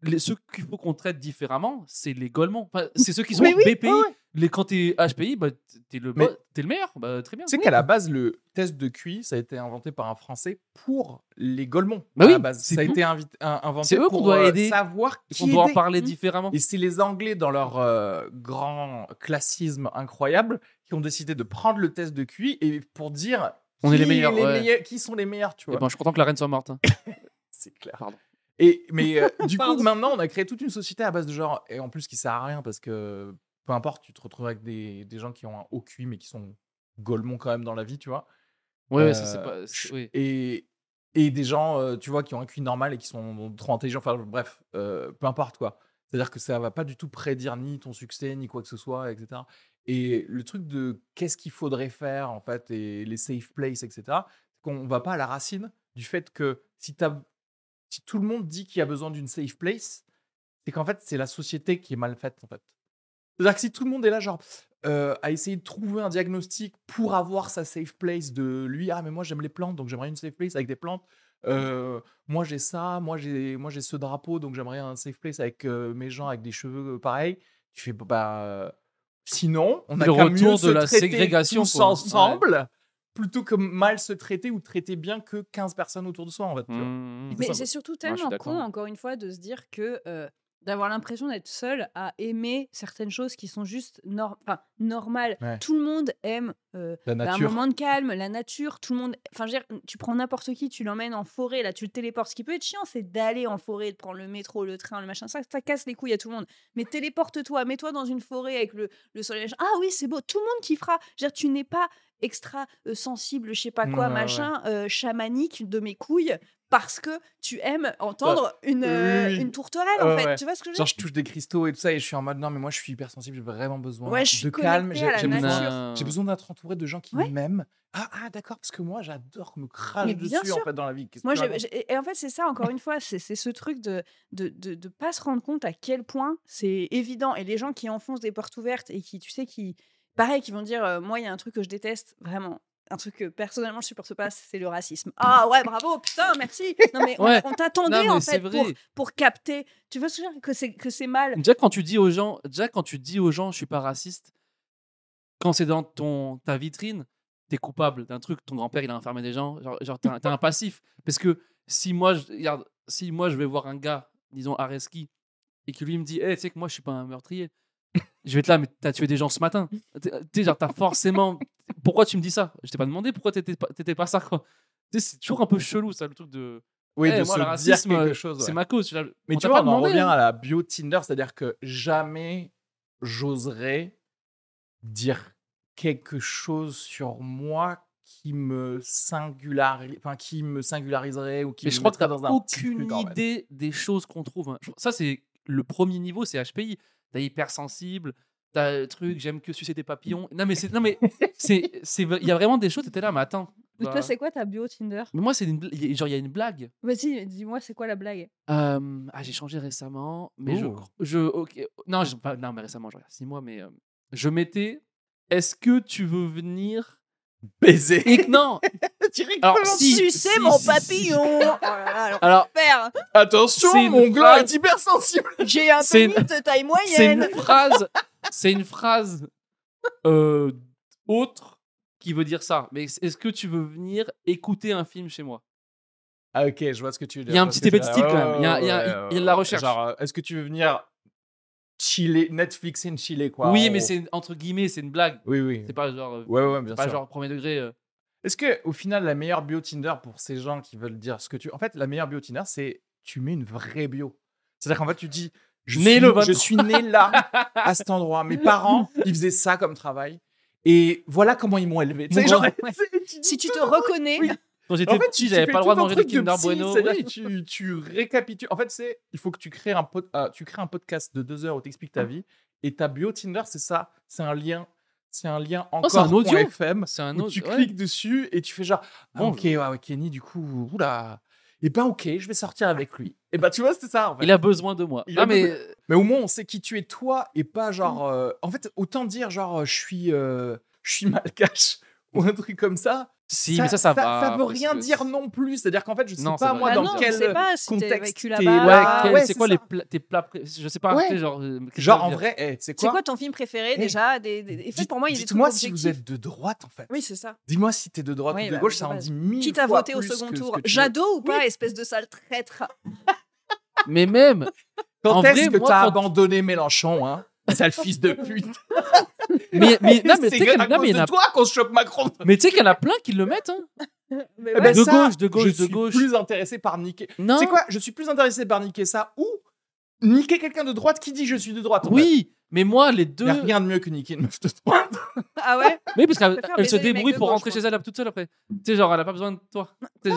Speaker 1: les, ceux qu'il faut qu'on traite différemment c'est les Golemans Enfin, c'est ceux qui sont
Speaker 2: Mais oui,
Speaker 1: BPI
Speaker 2: ouais, ouais.
Speaker 1: les quand t'es HPI bah, t- t'es le
Speaker 2: Mais-
Speaker 1: bo- t'es le meilleur bah, très bien
Speaker 2: Tu sais qu'à la base, le test de QI, ça a été inventé par un Français pour les Golemons.
Speaker 1: Bah
Speaker 2: à
Speaker 1: oui,
Speaker 2: la base.
Speaker 1: c'est
Speaker 2: ça a
Speaker 1: tout.
Speaker 2: été invité- un- inventé
Speaker 1: C'est eux qu'on
Speaker 2: pour
Speaker 1: doit
Speaker 2: euh,
Speaker 1: aider.
Speaker 2: savoir qui
Speaker 1: on doit en
Speaker 2: aider.
Speaker 1: parler
Speaker 3: Mmh.
Speaker 1: différemment
Speaker 2: Et c'est les Anglais, dans leur euh, grand classisme incroyable, qui ont décidé de prendre le test de QI et pour dire
Speaker 1: On
Speaker 2: qui
Speaker 1: est les meilleurs, ouais.
Speaker 2: meilleurs- qui sont les meilleurs, tu
Speaker 1: Eh
Speaker 2: vois.
Speaker 1: ben, je suis content que la reine soit morte hein.
Speaker 2: C'est clair.
Speaker 1: Pardon.
Speaker 2: Et, mais euh, du coup, maintenant, on a créé toute une société à base de genre, et en plus qui sert à rien parce que peu importe, tu te retrouves avec des, des gens qui ont un haut QI mais qui sont golemons quand même dans la vie, tu vois.
Speaker 1: ouais, ouais, ça
Speaker 2: Euh,
Speaker 1: c'est pas c'est- oui.
Speaker 2: et, et des gens, euh, tu vois, qui ont un QI normal et qui sont trop intelligents. Enfin, bref, euh, peu importe quoi. C'est-à-dire que ça va pas du tout prédire ni ton succès, ni quoi que ce soit, etc. Et le truc de qu'est-ce qu'il faudrait faire, en fait, et les safe places, etc., c'est qu'on va pas à la racine du fait que si, t'as- si tout le monde dit qu'il y a besoin d'une safe place, c'est qu'en fait, c'est la société qui est mal faite, en fait. C'est-à-dire que si tout le monde est là, genre, euh, à essayer de trouver un diagnostic pour avoir sa safe place de lui. Ah, mais moi j'aime les plantes, donc j'aimerais une safe place avec des plantes.
Speaker 1: Mmh.
Speaker 2: Euh, moi j'ai ça, moi j'ai moi j'ai ce drapeau, donc j'aimerais un safe place avec euh, mes gens avec des cheveux euh, pareils. Tu fais bah, euh, Sinon, on a
Speaker 1: Le
Speaker 2: qu'à
Speaker 1: retour
Speaker 2: mieux
Speaker 1: de
Speaker 2: se
Speaker 1: la
Speaker 2: traiter
Speaker 1: ségrégation,
Speaker 2: tous
Speaker 1: quoi.
Speaker 2: ensemble, plutôt que mal se traiter ou traiter bien que 15 personnes autour de soi, en fait. tu vois.
Speaker 1: Mmh.
Speaker 2: ça,
Speaker 3: Mais
Speaker 2: ouais.
Speaker 3: c'est surtout
Speaker 1: je suis
Speaker 3: tellement
Speaker 1: d'accord.
Speaker 3: con, encore une fois, de se dire que euh, d'avoir l'impression d'être seul à aimer certaines choses qui sont juste nor- enfin, normales.
Speaker 2: Ouais.
Speaker 3: Tout le monde aime euh,
Speaker 2: La
Speaker 3: bah, un
Speaker 2: nature.
Speaker 3: moment de calme, la nature, tout le monde. Enfin, je veux dire, tu prends n'importe qui, tu l'emmènes en forêt, là, tu le téléportes. Ce qui peut être chiant, c'est d'aller en forêt, de prendre le métro, le train, le machin. Ça, ça casse les couilles à tout le monde. Mais téléporte-toi, mets-toi dans une forêt avec le, le soleil. Ah oui, c'est beau, tout le monde kiffera. Je veux dire, tu n'es pas extra euh, sensible, je sais pas quoi,
Speaker 2: Ouais, ouais.
Speaker 3: machin, euh, chamanique de mes couilles parce que tu aimes entendre une, euh,
Speaker 2: Bah, oui, oui.
Speaker 3: une tourterelle,
Speaker 2: Ouais,
Speaker 3: en fait.
Speaker 2: ouais.
Speaker 3: Tu vois ce que je veux
Speaker 2: Genre,
Speaker 3: dire
Speaker 2: je touche des cristaux et tout ça, et je suis en mode non, mais moi je suis hypersensible, j'ai vraiment besoin
Speaker 3: Ouais, je suis
Speaker 2: de calme,
Speaker 3: connectée
Speaker 2: j'ai
Speaker 3: à la
Speaker 2: j'ai
Speaker 3: nature.
Speaker 2: besoin,
Speaker 1: Non.
Speaker 2: j'ai besoin d'être entouré de gens qui
Speaker 3: Ouais.
Speaker 2: m'aiment. Ah, ah d'accord, parce que moi j'adore qu'on me crache
Speaker 3: Mais bien
Speaker 2: dessus en
Speaker 3: sûr.
Speaker 2: fait dans la vie. Qu'est-ce que
Speaker 3: Moi,
Speaker 2: tu
Speaker 3: j'ai-
Speaker 2: racontes
Speaker 3: j'ai- et en fait, c'est ça, encore une fois, c'est c'est ce truc de de, de, de pas se rendre compte à quel point c'est évident. Et les gens qui enfoncent des portes ouvertes et qui, tu sais, qui, pareil, qui vont dire euh, Moi, il y a un truc que je déteste, vraiment. Un truc que personnellement je supporte pas, c'est le racisme. Ah ouais, bravo, putain, merci. Non mais on-
Speaker 1: Ouais.
Speaker 3: on,
Speaker 1: Non,
Speaker 3: t'attendait
Speaker 1: mais
Speaker 3: en
Speaker 1: c'est
Speaker 3: fait pour,
Speaker 1: vrai.
Speaker 3: pour capter. Tu vois ce que je veux dire que c'est que c'est mal.
Speaker 1: Déjà quand tu dis aux gens, déjà quand tu dis aux gens, je suis pas raciste. Quand c'est dans ton ta vitrine, t'es coupable d'un truc. Ton grand-père il a enfermé des gens. Genre, genre t'es un, t'es un passif. Parce que si moi je regarde, si moi je vais voir un gars, disons Areski, et que lui me dit, Eh, tu sais que moi je suis pas un meurtrier. Je vais être là, mais t'as tué des gens ce matin. T'es- T'es genre t'as forcément. Pourquoi tu me dis ça Je t'ai pas demandé pourquoi t'étais pas, t'étais pas ça quoi. Tu sais, C'est toujours un peu chelou ça le truc de.
Speaker 2: Oui,
Speaker 1: Eh,
Speaker 2: de
Speaker 1: moi,
Speaker 2: se
Speaker 1: le racisme,
Speaker 2: dire
Speaker 1: euh,
Speaker 2: quelque chose. ouais.
Speaker 1: C'est ma cause. tu l'as-
Speaker 2: Mais
Speaker 1: on
Speaker 2: tu
Speaker 1: t'a pas
Speaker 2: vois, on en
Speaker 1: demandé,
Speaker 2: revient
Speaker 1: hein.
Speaker 2: à la bio Tinder, c'est-à-dire que jamais j'oserais dire quelque chose sur moi qui me singularise, enfin qui me singulariserait ou qui
Speaker 1: Mais
Speaker 2: me
Speaker 1: je crois que
Speaker 2: mettrait
Speaker 1: t'as
Speaker 2: dans un petit
Speaker 1: aucune
Speaker 2: truc, en fait.
Speaker 1: idée des choses qu'on trouve. hein. Je- Ça, c'est le premier niveau, c'est HPI. T'as hypersensible, t'as le truc, j'aime que sucer des papillons. Non, mais c'est, non, mais c'est, c'est, il y a vraiment des choses, t'étais là, mais attends.
Speaker 3: Mais
Speaker 1: bah-
Speaker 3: Toi, c'est quoi ta bio Tinder
Speaker 1: mais moi, c'est une, bl- il y a- genre, il y a une blague.
Speaker 3: Vas-y, dis-moi, c'est quoi la blague
Speaker 1: Euh, ah, j'ai changé récemment, mais je,
Speaker 2: Oh.
Speaker 1: cro- je, ok, non, je- pas- non, mais récemment, genre, il y a six mois, mais euh, je mettais. Est-ce que tu veux venir
Speaker 2: Baiser.
Speaker 1: Et que- non. Alors, si, si, si, si.
Speaker 3: papillon Oh là là, alors,
Speaker 1: Alors,
Speaker 3: père,
Speaker 2: Attention,
Speaker 1: C'est une
Speaker 2: mon gland
Speaker 1: phrase.
Speaker 2: est hypersensible.
Speaker 3: j'ai un
Speaker 1: C'est-
Speaker 3: de taille
Speaker 1: C'est une phrase. c'est une phrase euh, autre qui veut dire ça. Mais est- est-ce que tu veux venir écouter un film chez moi
Speaker 2: Ah ok, je vois ce que tu veux dire.
Speaker 1: Il y a un
Speaker 2: je vois ce
Speaker 1: petit
Speaker 2: que tu
Speaker 1: effet de
Speaker 2: veux
Speaker 1: style,
Speaker 2: dire. Ah,
Speaker 1: quand même. Il y a-
Speaker 2: Ouais,
Speaker 1: il y a-
Speaker 2: ouais,
Speaker 1: il
Speaker 2: ouais,
Speaker 1: y a de la
Speaker 2: ouais.
Speaker 1: recherche.
Speaker 2: Genre, euh, est-ce que tu veux venir chiller, Netflix and chiller quoi
Speaker 1: Oui,
Speaker 2: en
Speaker 1: mais
Speaker 2: gros.
Speaker 1: c'est entre guillemets, c'est une blague.
Speaker 2: Oui, oui.
Speaker 1: C'est pas genre, euh,
Speaker 2: Ouais, ouais, bien
Speaker 1: c'est pas
Speaker 2: sûr.
Speaker 1: genre premier degré. euh.
Speaker 2: Est-ce que au final la meilleure bio Tinder pour ces gens qui veulent dire ce que tu en fait la meilleure bio Tinder c'est tu mets une vraie bio. C'est-à-dire qu'en fait tu dis je
Speaker 1: Né
Speaker 2: suis,
Speaker 1: le
Speaker 2: je
Speaker 1: 23.
Speaker 2: suis né là à cet endroit. Mes parents, ils faisaient ça comme travail et voilà comment ils m'ont élevé. Tu sais,
Speaker 1: Mon
Speaker 2: genre,
Speaker 1: grand-
Speaker 3: Si tu te reconnais,
Speaker 2: Oui.
Speaker 1: Quand j'étais
Speaker 2: en fait, tu-
Speaker 1: petit,
Speaker 2: tu
Speaker 1: j'avais
Speaker 2: fais
Speaker 1: pas le
Speaker 2: tout
Speaker 1: droit de
Speaker 2: un
Speaker 1: manger des
Speaker 2: truc de
Speaker 1: Kinder
Speaker 2: psy,
Speaker 1: Bueno.
Speaker 2: c'est-à-dire
Speaker 1: Oui.
Speaker 2: que Tu, tu récapitules. En fait, c'est il faut que tu crées un pod- ah, tu crées un podcast de deux heures où t'expliques ta vie et ta bio Tinder c'est ça. C'est un lien. Oh, C'est un lien encore.
Speaker 1: c'est un
Speaker 2: point
Speaker 1: audio.
Speaker 2: FM
Speaker 1: C'est un
Speaker 2: où
Speaker 1: autre.
Speaker 2: tu
Speaker 1: ouais.
Speaker 2: cliques dessus et tu fais genre ah,
Speaker 1: Bon,
Speaker 2: ok ouais, ouais, Kenny du coup oula et ben ok je vais sortir avec lui et ben tu vois c'est ça en fait.
Speaker 1: Il a besoin de moi.
Speaker 2: Il
Speaker 1: Non,
Speaker 2: a
Speaker 1: mais euh,
Speaker 2: besoin- mais au moins on sait qui tu es toi et pas genre euh, en fait autant dire genre euh, je suis euh, je suis mal cash ou un truc comme ça
Speaker 1: si, mais ça, ça, va.
Speaker 2: ça veut
Speaker 1: parce
Speaker 2: rien
Speaker 1: que
Speaker 2: dire non plus c'est à dire qu'en fait je sais
Speaker 1: Non, ça
Speaker 2: pas
Speaker 1: veut
Speaker 2: moi
Speaker 1: rien
Speaker 2: dans
Speaker 1: dire.
Speaker 2: quel
Speaker 3: bah Ah je sais pas si t'as
Speaker 2: contexte
Speaker 3: vécu
Speaker 2: t'es
Speaker 1: Ouais,
Speaker 3: là-bas.
Speaker 1: quel-
Speaker 2: Ah ouais,
Speaker 1: c'est
Speaker 2: c'est
Speaker 1: quoi
Speaker 2: ça.
Speaker 1: les pla- tes plats pré- Je sais pas.
Speaker 2: Ouais.
Speaker 1: tu sais, Genre, euh, qu'est-ce que ça
Speaker 2: genre
Speaker 1: veut
Speaker 2: en
Speaker 1: dire
Speaker 2: vrai eh, tu sais
Speaker 3: c'est
Speaker 2: quoi,
Speaker 3: quoi ton film préféré
Speaker 2: Eh,
Speaker 3: déjà des, des- des- En fait,
Speaker 2: Dites-
Speaker 3: pour moi, il y a des trucs
Speaker 2: dites-moi si vous
Speaker 3: objectifs.
Speaker 2: êtes de droite en fait
Speaker 3: Oui, c'est ça.
Speaker 2: dis-moi si t'es de droite
Speaker 3: Oui,
Speaker 2: ou de
Speaker 3: bah,
Speaker 2: gauche
Speaker 3: de
Speaker 2: ça en
Speaker 3: base.
Speaker 2: dit mille
Speaker 3: Quitte à
Speaker 2: fois
Speaker 3: voter au
Speaker 2: plus
Speaker 3: second
Speaker 2: que ce
Speaker 3: tour,
Speaker 2: que tu veux.
Speaker 3: Jadot ou pas, espèce de sale traître
Speaker 1: Mais même. En
Speaker 2: Quand
Speaker 1: vrai,
Speaker 2: est-ce que
Speaker 1: moi,
Speaker 2: t'as
Speaker 1: quand-
Speaker 2: abandonné Mélenchon, hein Sale fils de pute.
Speaker 1: Mais mais- non, mais tu
Speaker 2: c'est
Speaker 1: sais qu'il y en
Speaker 2: à
Speaker 1: a- non, mais
Speaker 2: cause
Speaker 1: il y en
Speaker 2: de
Speaker 1: a-
Speaker 2: toi qu'on se chope Macron.
Speaker 1: mais tu sais qu'il y en a plein qui le mettent. hein.
Speaker 3: Mais
Speaker 2: Eh
Speaker 3: ouais.
Speaker 2: ben
Speaker 1: De
Speaker 2: ça,
Speaker 1: gauche, de gauche,
Speaker 2: je
Speaker 1: de
Speaker 2: suis
Speaker 1: gauche. Hein
Speaker 2: plus intéressé par niquer.
Speaker 1: Non.
Speaker 2: C'est quoi Je suis plus intéressé par niquer ça ou niquer quelqu'un de droite qui dit je suis de droite. en fait.
Speaker 1: Oui, mais moi, les deux.
Speaker 2: Y a rien de mieux que niquer une meuf de droite.
Speaker 3: Ah ouais
Speaker 1: Mais parce qu'elle
Speaker 3: préfère
Speaker 1: elle se
Speaker 3: baiser les mecs
Speaker 1: débrouille
Speaker 3: de
Speaker 1: pour
Speaker 3: gauche,
Speaker 1: rentrer
Speaker 3: moi.
Speaker 1: chez elle toute seule après. Tu sais, genre, elle a pas besoin de toi. Tu sais,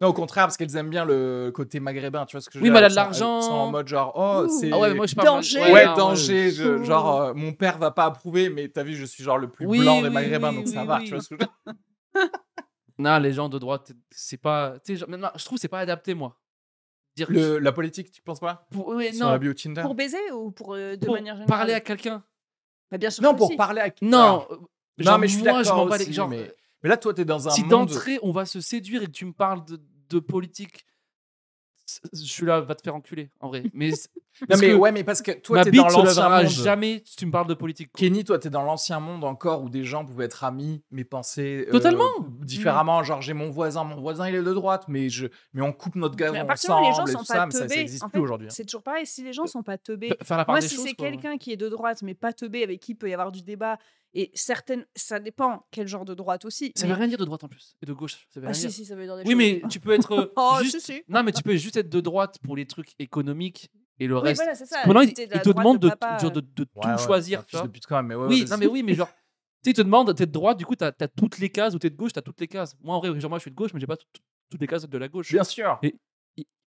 Speaker 2: Non, au contraire, parce qu'elles aiment bien le côté maghrébin, tu vois ce que je
Speaker 1: Oui,
Speaker 2: veux
Speaker 1: mais elle a
Speaker 2: dire
Speaker 1: de
Speaker 2: Elles sont-
Speaker 1: l'argent.
Speaker 2: elles sont en mode genre, oh,
Speaker 3: Ouh.
Speaker 2: c'est.
Speaker 1: Ah ouais, mais moi, je suis pas
Speaker 3: Danger.
Speaker 1: mal-
Speaker 2: Ouais,
Speaker 1: non,
Speaker 2: danger,
Speaker 1: je-
Speaker 2: je- genre, euh, mon père va pas approuver, mais t'as vu, je suis genre le plus
Speaker 1: Oui,
Speaker 2: blanc des
Speaker 1: oui,
Speaker 2: maghrébins,
Speaker 1: oui,
Speaker 2: donc ça
Speaker 1: oui,
Speaker 2: va,
Speaker 1: oui.
Speaker 2: tu vois ce que je veux dire
Speaker 1: Non, les gens de droite, c'est pas. Tu sais, genre, non, je trouve que c'est pas adapté, moi. Dire
Speaker 2: Le- La politique, tu penses pas
Speaker 1: pour- ouais,
Speaker 2: Sur la
Speaker 1: non,
Speaker 2: bio Tinder
Speaker 3: Pour baiser ou pour euh, de
Speaker 1: pour
Speaker 3: manière générale
Speaker 1: parler à quelqu'un.
Speaker 3: Bah, bien sûr.
Speaker 2: Ah. Non,
Speaker 3: que
Speaker 2: pour
Speaker 3: si.
Speaker 2: parler à
Speaker 1: Non, euh,
Speaker 2: Non,
Speaker 1: genre,
Speaker 2: mais je suis
Speaker 1: moi, je
Speaker 2: d'accord
Speaker 1: m'en bats les-
Speaker 2: aussi,
Speaker 1: genre,
Speaker 2: mais- Mais là, toi, t'es dans un
Speaker 1: si
Speaker 2: monde.
Speaker 1: d'entrée, on va se séduire et que tu me parles de, de politique, c- je suis là, va te faire enculer, en vrai. Mais, c-
Speaker 2: Non,
Speaker 1: parce
Speaker 2: mais
Speaker 1: que
Speaker 2: ouais, mais parce que toi,
Speaker 1: ma
Speaker 2: t'es
Speaker 1: bite
Speaker 2: dans
Speaker 1: se
Speaker 2: l'ancien
Speaker 1: lèvera
Speaker 2: monde.
Speaker 1: jamais si tu me parles de politique. quoi.
Speaker 2: Kenny, toi, t'es dans l'ancien monde encore où des gens pouvaient être amis, mais penser euh,
Speaker 1: Totalement.
Speaker 2: différemment.
Speaker 3: Mm.
Speaker 2: Genre, j'ai mon voisin, mon voisin, il est de droite, mais, je, mais on coupe notre gazon
Speaker 3: Mais à partir du
Speaker 2: ensemble
Speaker 3: moment où
Speaker 2: et
Speaker 3: les gens sont
Speaker 2: tout ça,
Speaker 3: pas
Speaker 2: mais ça, ça
Speaker 3: teubés,
Speaker 2: n'existe
Speaker 3: en
Speaker 2: plus
Speaker 3: fait,
Speaker 2: aujourd'hui. hein.
Speaker 3: c'est toujours pareil. Si les
Speaker 2: Euh,
Speaker 3: gens sont pas teubés,
Speaker 1: F- Faire la part
Speaker 3: moi,
Speaker 1: des
Speaker 3: si
Speaker 1: choses.
Speaker 3: c'est
Speaker 1: quoi.
Speaker 3: quelqu'un qui est de droite mais pas teubé, avec qui peut y avoir du débat, et certaines, ça dépend quel genre de droite aussi.
Speaker 1: Ça
Speaker 3: mais-
Speaker 1: veut rien dire de droite en plus. Et de gauche. Ça veut
Speaker 3: Ah,
Speaker 1: rien
Speaker 3: si,
Speaker 1: dire.
Speaker 3: si, ça veut dire des
Speaker 1: Oui, mais
Speaker 3: choses.
Speaker 1: tu peux être. euh,
Speaker 3: Oh,
Speaker 1: juste...
Speaker 3: si, si.
Speaker 1: Non, mais tu peux juste être de droite pour les trucs économiques et le
Speaker 3: Oui,
Speaker 1: reste.
Speaker 3: voilà, c'est ça.
Speaker 1: Maintenant,
Speaker 3: si
Speaker 1: il,
Speaker 3: t'es de
Speaker 1: il
Speaker 3: la
Speaker 1: te
Speaker 3: droite
Speaker 1: demande de,
Speaker 3: papa,
Speaker 1: genre de-
Speaker 3: euh,
Speaker 1: de tout
Speaker 2: Ouais, ouais,
Speaker 1: choisir.
Speaker 2: putain,
Speaker 1: tu vois.
Speaker 2: fils de pute quand même, mais ouais,
Speaker 1: Oui,
Speaker 2: vas-y.
Speaker 1: non, mais oui, mais genre. Tu sais, ils te demandent, t'es de droite, du coup, t'as t'as toutes les cases, ou t'es de gauche, t'as toutes les cases. Moi, en vrai, genre, moi, je suis de gauche, mais j'ai pas tout- tout- toutes les cases de la gauche.
Speaker 2: Bien sûr.
Speaker 1: Il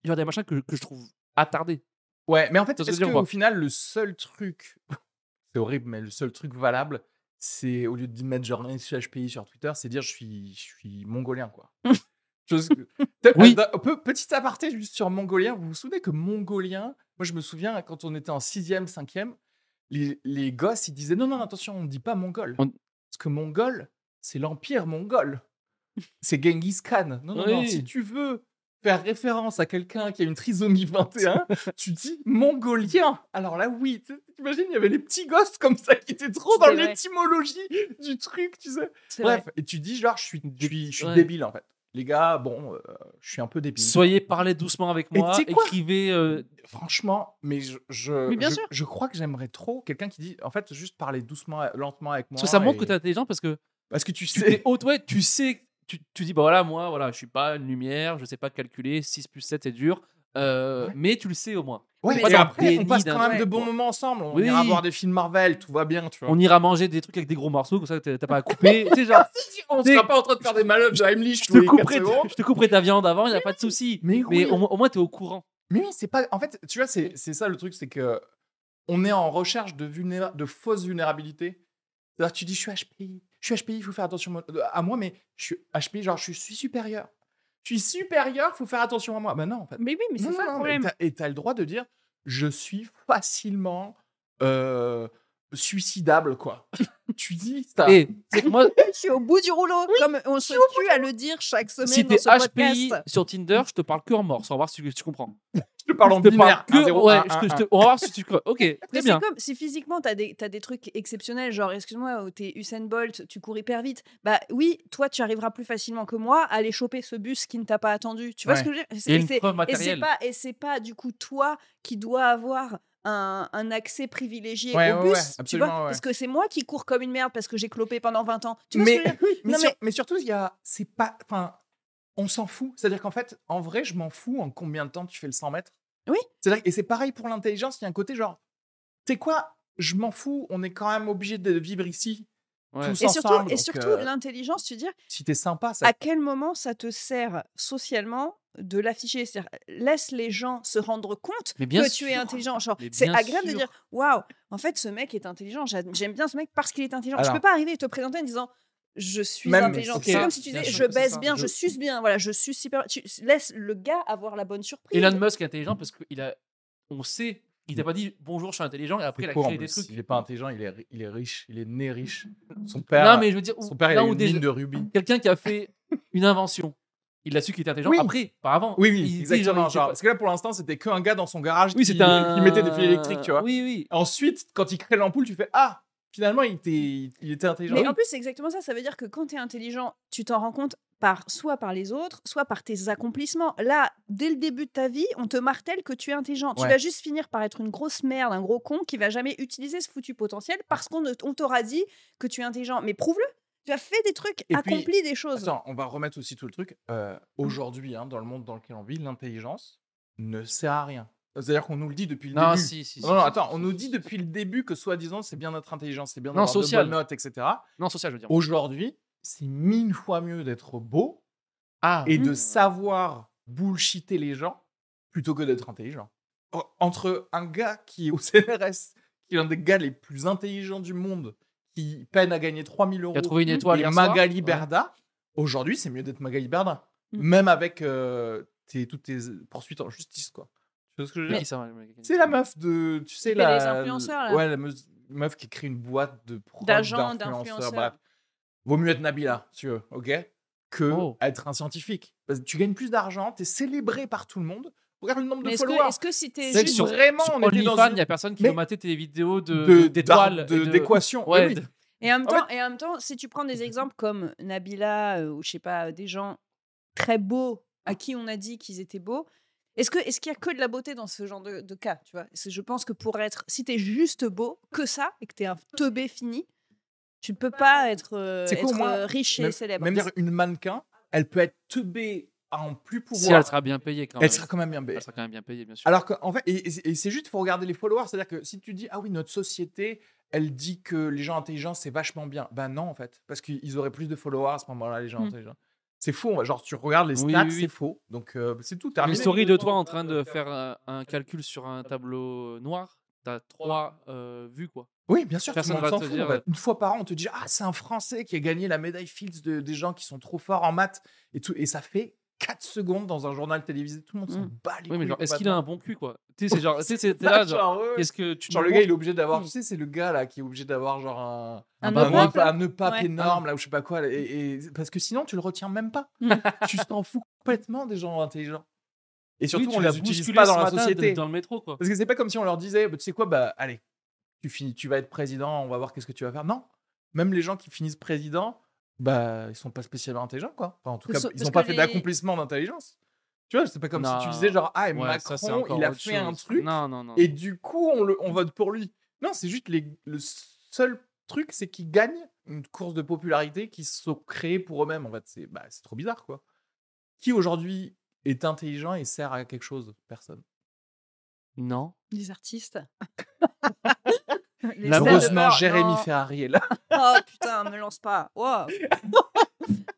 Speaker 1: y a des machins que, que je trouve attardés.
Speaker 2: Ouais, mais en fait,
Speaker 1: Ça, ça
Speaker 2: est-ce
Speaker 1: veut dire
Speaker 2: qu'au
Speaker 1: quoi
Speaker 2: final, le seul truc, c'est horrible, mais le seul truc valable, c'est au lieu de mettre genre HPI sur Twitter, c'est dire je suis, je suis mongolien, quoi. Chose que-
Speaker 1: Oui.
Speaker 2: Euh, pe- Petit aparté juste sur mongolien, vous vous souvenez que mongolien, moi je me souviens quand on était en 6e, 5e, les, les gosses ils disaient non, non, attention, on ne dit pas mongol.
Speaker 1: On-
Speaker 2: Parce que mongol, c'est l'empire mongol. C'est Genghis Khan. Non, non, non,
Speaker 1: Oui.
Speaker 2: si tu veux faire référence à quelqu'un qui a une trisomie 21, tu dis mongolien. Alors là, oui, tu- t'imagines, il y avait les petits gosses comme ça qui étaient trop dans
Speaker 3: C'est vrai.
Speaker 2: l'étymologie du truc, tu sais.
Speaker 3: c'est vrai.
Speaker 2: Bref, et tu dis genre, je suis, je suis, je suis
Speaker 1: Ouais.
Speaker 2: débile en fait. Les gars, bon, euh, je suis un peu débile.
Speaker 1: Soyez, parlez doucement avec
Speaker 2: Et
Speaker 1: moi,
Speaker 2: tu sais quoi
Speaker 1: écrivez. euh,
Speaker 2: Franchement, mais je, je,
Speaker 3: Mais bien
Speaker 2: je,
Speaker 3: sûr.
Speaker 2: je crois que j'aimerais trop quelqu'un qui dit, en fait, juste parler doucement, lentement avec moi.
Speaker 1: Parce que ça montre
Speaker 2: et-
Speaker 1: que t'es intelligent parce que
Speaker 2: Parce que tu
Speaker 1: tu
Speaker 2: sais.
Speaker 1: t'es haute, ouais, tu sais, tu, tu dis, bah voilà, moi, voilà, je suis pas une lumière, je sais pas calculer, 6 plus 7 c'est dur, euh,
Speaker 2: Ouais.
Speaker 1: mais tu le sais au moins.
Speaker 2: Ouais,
Speaker 1: pas
Speaker 2: et
Speaker 1: dans le
Speaker 2: après, on
Speaker 1: déni
Speaker 2: passe
Speaker 1: d'un
Speaker 2: quand même de
Speaker 1: truc,
Speaker 2: bons
Speaker 1: quoi.
Speaker 2: moments ensemble. On
Speaker 1: hein. Oui.
Speaker 2: ira voir des films Marvel, tout va bien, tu vois.
Speaker 1: On ira manger des trucs avec des gros morceaux, comme ça t'as t'as pas à couper. tu sais, genre,
Speaker 2: On
Speaker 1: sera
Speaker 2: pas en train de faire des manœuvres à Emily,
Speaker 1: je te, couperai, je te couperai ta viande avant, il n'y a pas de souci.
Speaker 2: Mais oui.
Speaker 1: au, moins- au moins, t'es au courant.
Speaker 2: Mais oui, c'est pas. En fait, tu vois, c'est c'est ça le truc, c'est que on est en recherche de, vulnéra- de fausses vulnérabilités. C'est-à-dire, que tu dis, je suis HPI, je suis HPI, il faut faire attention mo- à moi, mais je suis HPI, genre, je suis supérieur. Je suis supérieur, faut faire attention à moi. Ben non, en fait.
Speaker 3: Mais oui, mais c'est
Speaker 2: Non, non,
Speaker 3: ça le
Speaker 2: non, mais
Speaker 3: problème.
Speaker 2: t'as- Et tu as le droit de dire je suis facilement euh, suicidable, quoi. tu dis
Speaker 3: Ah.
Speaker 2: ça.
Speaker 1: Et c'est que moi,
Speaker 3: Je suis au bout du rouleau, comme on se tue à le dire chaque semaine
Speaker 1: si
Speaker 3: dans
Speaker 1: t'es
Speaker 3: ce
Speaker 1: HPI
Speaker 3: podcast.
Speaker 1: sur Tinder, je te parle que en morse. On va voir si tu- tu comprends.
Speaker 2: je te parle en
Speaker 1: je te parle
Speaker 2: binaire.
Speaker 1: que.
Speaker 2: un zéro,
Speaker 1: ouais,
Speaker 2: un,
Speaker 1: je
Speaker 2: un,
Speaker 1: te- je
Speaker 2: un.
Speaker 1: te- on va voir si tu comprends. Ok,
Speaker 3: Mais
Speaker 1: très
Speaker 3: c'est
Speaker 1: bien.
Speaker 3: comme si physiquement t'as des, t'as des trucs exceptionnels, genre excuse-moi, oh, t'es Usain Bolt, tu cours hyper vite. Bah oui, toi tu arriveras plus facilement que moi à aller choper ce bus qui ne t'a pas attendu. Tu vois
Speaker 2: Ouais.
Speaker 3: ce que je veux dire
Speaker 1: Il y a
Speaker 3: C'est-
Speaker 1: une
Speaker 3: c'est-
Speaker 1: preuve
Speaker 3: Et c'est
Speaker 1: matérielle.
Speaker 3: pas, et c'est pas du coup toi qui dois avoir un, un accès privilégié
Speaker 2: Ouais,
Speaker 3: au
Speaker 2: ouais,
Speaker 3: bus,
Speaker 2: ouais,
Speaker 3: tu vois,
Speaker 2: absolument, ouais.
Speaker 3: parce que c'est moi qui cours comme une merde parce que j'ai clopé pendant 20 ans. Tu vois ce que
Speaker 2: mais,
Speaker 3: je veux dire
Speaker 2: mais,
Speaker 3: Non,
Speaker 2: sur-
Speaker 3: mais-
Speaker 2: mais surtout, il y a. C'est pas. Enfin, on s'en fout. C'est-à-dire qu'en fait, en vrai, je m'en fous en combien de temps tu fais le 100 mètres.
Speaker 3: Oui.
Speaker 2: C'est-à-dire, et c'est pareil pour l'intelligence, il y a un côté genre, tu sais quoi, je m'en fous, on est quand même obligé de vivre ici,
Speaker 1: Ouais.
Speaker 2: tous
Speaker 3: Et surtout,
Speaker 2: ensemble.
Speaker 3: et
Speaker 2: donc,
Speaker 3: surtout
Speaker 2: euh,
Speaker 3: l'intelligence, tu dis
Speaker 2: si t'es sympa, ça.
Speaker 3: à quel moment ça te sert socialement de l'afficher C'est-à-dire, laisse les gens se rendre compte
Speaker 1: Mais bien
Speaker 3: que tu es
Speaker 1: sûr.
Speaker 3: intelligent. Genre,
Speaker 1: Mais
Speaker 3: c'est
Speaker 1: bien
Speaker 3: agréable de
Speaker 1: sûr.
Speaker 3: dire Waouh, en fait, ce mec est intelligent. J'ad- J'aime bien ce mec parce qu'il est intelligent. je
Speaker 2: Alors.
Speaker 3: peux pas arriver et te présenter en disant Je suis
Speaker 2: Même-
Speaker 3: intelligent.
Speaker 1: c'est
Speaker 3: C'est
Speaker 1: ça,
Speaker 3: comme si tu
Speaker 2: bien
Speaker 3: disais
Speaker 2: sûr,
Speaker 3: Je
Speaker 2: c'est
Speaker 3: baisse
Speaker 2: ça.
Speaker 3: bien, je...
Speaker 2: Je-
Speaker 3: suce bien, voilà, je suis super. Tu laisses le gars avoir la bonne surprise.
Speaker 1: Elon Musk est intelligent parce qu'il a. On sait. Il t'a pas dit bonjour, je suis intelligent, et après, il a
Speaker 2: C'est pauvre,
Speaker 1: créé des
Speaker 2: en plus.
Speaker 1: trucs.
Speaker 2: Il est pas intelligent, il est, il est riche, il est né riche. Son père,
Speaker 1: Non, mais je veux dire,
Speaker 2: son père il
Speaker 1: là
Speaker 2: a
Speaker 1: où
Speaker 2: une
Speaker 1: des-
Speaker 2: mine de rubis.
Speaker 1: quelqu'un qui a fait une invention, il a su qu'il était intelligent
Speaker 2: Oui.
Speaker 1: après, par avant.
Speaker 2: Oui,
Speaker 1: Il-
Speaker 2: oui,
Speaker 1: il-
Speaker 2: exactement.
Speaker 1: il-
Speaker 2: Genre, parce que là, pour l'instant, c'était qu'un gars dans son garage
Speaker 1: Oui,
Speaker 2: qui,
Speaker 1: c'est un.
Speaker 2: qui mettait des fils électriques, tu vois.
Speaker 1: Oui, oui.
Speaker 2: Ensuite, quand il crée l'ampoule, tu fais Ah, finalement, il était, il était intelligent.
Speaker 3: Mais en plus, c'est exactement ça. Ça veut dire que quand tu es intelligent, tu t'en rends compte par soit par les autres, soit par tes accomplissements. Là, dès le début de ta vie, on te martèle que tu es intelligent. Tu
Speaker 2: Ouais.
Speaker 3: vas juste finir par être une grosse merde, un gros con qui va jamais utiliser ce foutu potentiel parce qu'on ne- on t'aura dit que tu es intelligent. Mais prouve-le. Tu as fait des trucs,
Speaker 2: Et puis-
Speaker 3: accompli des choses.
Speaker 2: Attends, on va remettre aussi tout le truc.
Speaker 1: Mmh.
Speaker 2: Euh, Aujourd'hui, hein, dans le monde dans lequel on vit, l'intelligence ne sert à rien. C'est-à-dire qu'on nous le dit depuis le
Speaker 1: Non,
Speaker 2: début.
Speaker 1: si, si.
Speaker 2: non, non, attends, on nous dit depuis le début que soi-disant, c'est bien notre intelligence, c'est bien
Speaker 1: Non,
Speaker 2: d'avoir de
Speaker 1: social.
Speaker 2: bonnes notes, etc.
Speaker 1: Non, social, je veux dire.
Speaker 2: Aujourd'hui, c'est mille fois mieux d'être beau
Speaker 1: Ah.
Speaker 2: et de
Speaker 3: Mhm.
Speaker 2: savoir bullshiter les gens plutôt que d'être intelligent. O- Entre un gars qui est au CNRS, qui est l'un des gars les plus intelligents du monde, qui peine à gagner 3000 euros,
Speaker 1: Il a trouvé une
Speaker 3: Mhm.
Speaker 1: étoile.
Speaker 2: et
Speaker 1: hier soir.
Speaker 2: Magali
Speaker 1: Ouais. Mmh.
Speaker 2: Berda, aujourd'hui, c'est mieux d'être Magali Berda.
Speaker 3: Mm.
Speaker 2: Même avec euh, tes- toutes tes poursuites en justice, quoi. Tu vois ce que je veux
Speaker 1: Mais
Speaker 2: dire
Speaker 1: qui ça, Magali
Speaker 2: C'est la meuf de... Tu sais,
Speaker 3: fait les
Speaker 2: la...
Speaker 3: influenceurs, là.
Speaker 2: Ouais, la meuf, meuf qui crée une boîte de prods,
Speaker 3: D'agents,
Speaker 2: d'influenceurs,
Speaker 3: d'influenceurs.
Speaker 2: bref. Vaut mieux être Nabila, si tu veux, ok Que
Speaker 1: Oh.
Speaker 2: être un scientifique. Parce que tu gagnes plus d'argent, t'es célébré par tout le monde. Regarde le nombre
Speaker 3: Mais
Speaker 2: de
Speaker 3: est-ce que,
Speaker 2: followers.
Speaker 3: est-ce que si t'es
Speaker 2: C'est
Speaker 3: juste...
Speaker 2: sur- vraiment,
Speaker 1: sur
Speaker 2: on était dans
Speaker 1: OnlyFans,
Speaker 2: une-
Speaker 1: il y a personne qui
Speaker 2: Mais-
Speaker 1: va mater tes vidéos
Speaker 2: De-
Speaker 1: de-
Speaker 2: d'ar-
Speaker 1: d'étoiles.
Speaker 2: de-
Speaker 1: et de-
Speaker 2: d'équations. Oui,
Speaker 1: Ouais,
Speaker 2: oui.
Speaker 1: de-
Speaker 3: Et en même
Speaker 2: En fait-
Speaker 3: temps, et en même temps, si tu prends des exemples comme Nabila euh, ou je sais pas, euh, des gens très beaux à qui on a dit qu'ils étaient beaux, est-ce que est-ce qu'il y a que de la beauté dans ce genre de, de cas, tu vois Parce que je pense que pour être, si t'es juste beau, que ça, et que t'es un teubé fini, tu ne peux pas être, euh,
Speaker 2: C'est quoi,
Speaker 3: être,
Speaker 2: moi,
Speaker 3: euh, riche et célèbre.
Speaker 2: Même dire une mannequin, elle peut être teubée à en plus pouvoir.
Speaker 1: Si elle sera bien payée quand même.
Speaker 2: Elle sera quand même bien belle.
Speaker 1: Elle sera quand même bien payée, bien sûr.
Speaker 2: Alors qu'en fait, et, et- et c'est juste, il faut regarder les followers. C'est-à-dire que si tu dis, ah oui, notre société, elle dit que les gens intelligents, c'est vachement bien. Ben non, en fait, parce qu'ils auraient plus de followers à ce moment-là, les gens
Speaker 3: Hmm.
Speaker 2: intelligents. C'est faux. Genre, tu regardes les
Speaker 1: Oui,
Speaker 2: stats,
Speaker 1: oui, oui.
Speaker 2: c'est faux. Donc, euh, c'est tout.
Speaker 1: Une
Speaker 2: terminé.
Speaker 1: story de toi en train de faire euh, un calcul sur un tableau noir, t'as trois euh, vues quoi.
Speaker 2: Oui, bien sûr,
Speaker 1: Personne
Speaker 2: tout le monde
Speaker 1: va
Speaker 2: s'en
Speaker 1: te
Speaker 2: fout.
Speaker 1: dire,
Speaker 2: en fait.
Speaker 1: ouais.
Speaker 2: Une fois par an, on te dit Ah, c'est un Français qui a gagné la médaille Fields de, des gens qui sont trop forts en maths. Et, tout, et ça fait 4 secondes dans un journal télévisé. Tout le monde s'en
Speaker 3: Mm.
Speaker 2: bat les
Speaker 1: Mmh. Oui, mais
Speaker 2: couilles
Speaker 1: genre, est-ce qu'il a
Speaker 2: complètement.
Speaker 1: un bon cul quoi Tu sais, c'est genre, tu sais, c'est t'es là, genre,
Speaker 2: ouais, ouais.
Speaker 1: qu'est-ce que tu
Speaker 2: Genre,
Speaker 1: me
Speaker 2: le gars,
Speaker 1: montres
Speaker 2: il est obligé d'avoir.
Speaker 3: Mm.
Speaker 2: Tu sais, c'est le gars là qui est obligé d'avoir genre un.
Speaker 3: Un
Speaker 1: bah,
Speaker 2: un
Speaker 3: nœud
Speaker 1: moi,
Speaker 2: nœud
Speaker 3: pape,
Speaker 2: pape, un nœud pape
Speaker 3: Ouais.
Speaker 2: énorme là ou je sais pas quoi là, et, et- parce que sinon tu le retiens même pas
Speaker 3: Mm.
Speaker 2: tu t'en fous complètement des gens intelligents et
Speaker 1: Oui,
Speaker 2: surtout
Speaker 1: tu
Speaker 2: on
Speaker 1: l'as
Speaker 2: les utilise
Speaker 1: bousculé
Speaker 2: pas
Speaker 1: ce
Speaker 2: dans la
Speaker 1: matin de-
Speaker 2: société
Speaker 1: Dans le métro quoi.
Speaker 2: parce que c'est pas comme si on leur disait, bah, tu sais quoi, bah allez, tu finis, tu vas être président, on va voir qu'est-ce que tu vas faire. Non, même les gens qui finissent président, bah ils sont pas spécialement intelligents quoi. Enfin, en tout
Speaker 3: Parce-
Speaker 2: cas,
Speaker 3: parce
Speaker 2: ils n'ont
Speaker 3: que
Speaker 2: pas fait
Speaker 3: les-
Speaker 2: d'accomplissement d'intelligence. Tu vois, c'est pas comme si tu
Speaker 1: Non.
Speaker 2: disais genre ah et
Speaker 1: Ouais, ça, c'est
Speaker 2: Macron,
Speaker 1: encore
Speaker 2: il a
Speaker 1: autre
Speaker 2: fait un
Speaker 1: chose.
Speaker 2: truc
Speaker 1: Non, non, non.
Speaker 2: et du coup on, le- on vote pour lui. Non, c'est juste les- le seul truc, c'est qu'ils gagnent une course de popularité qu'ils se sont créés pour eux-mêmes. En fait, c'est bah, c'est trop bizarre quoi. Qui aujourd'hui est intelligent et sert à quelque chose Personne.
Speaker 1: Non.
Speaker 3: des artistes. Les
Speaker 1: La
Speaker 3: stars de
Speaker 1: grosse-
Speaker 2: Heureusement,
Speaker 3: peur,
Speaker 2: Jérémy
Speaker 3: non.
Speaker 2: Ferrari est là.
Speaker 3: Oh putain, me lance pas. Wow.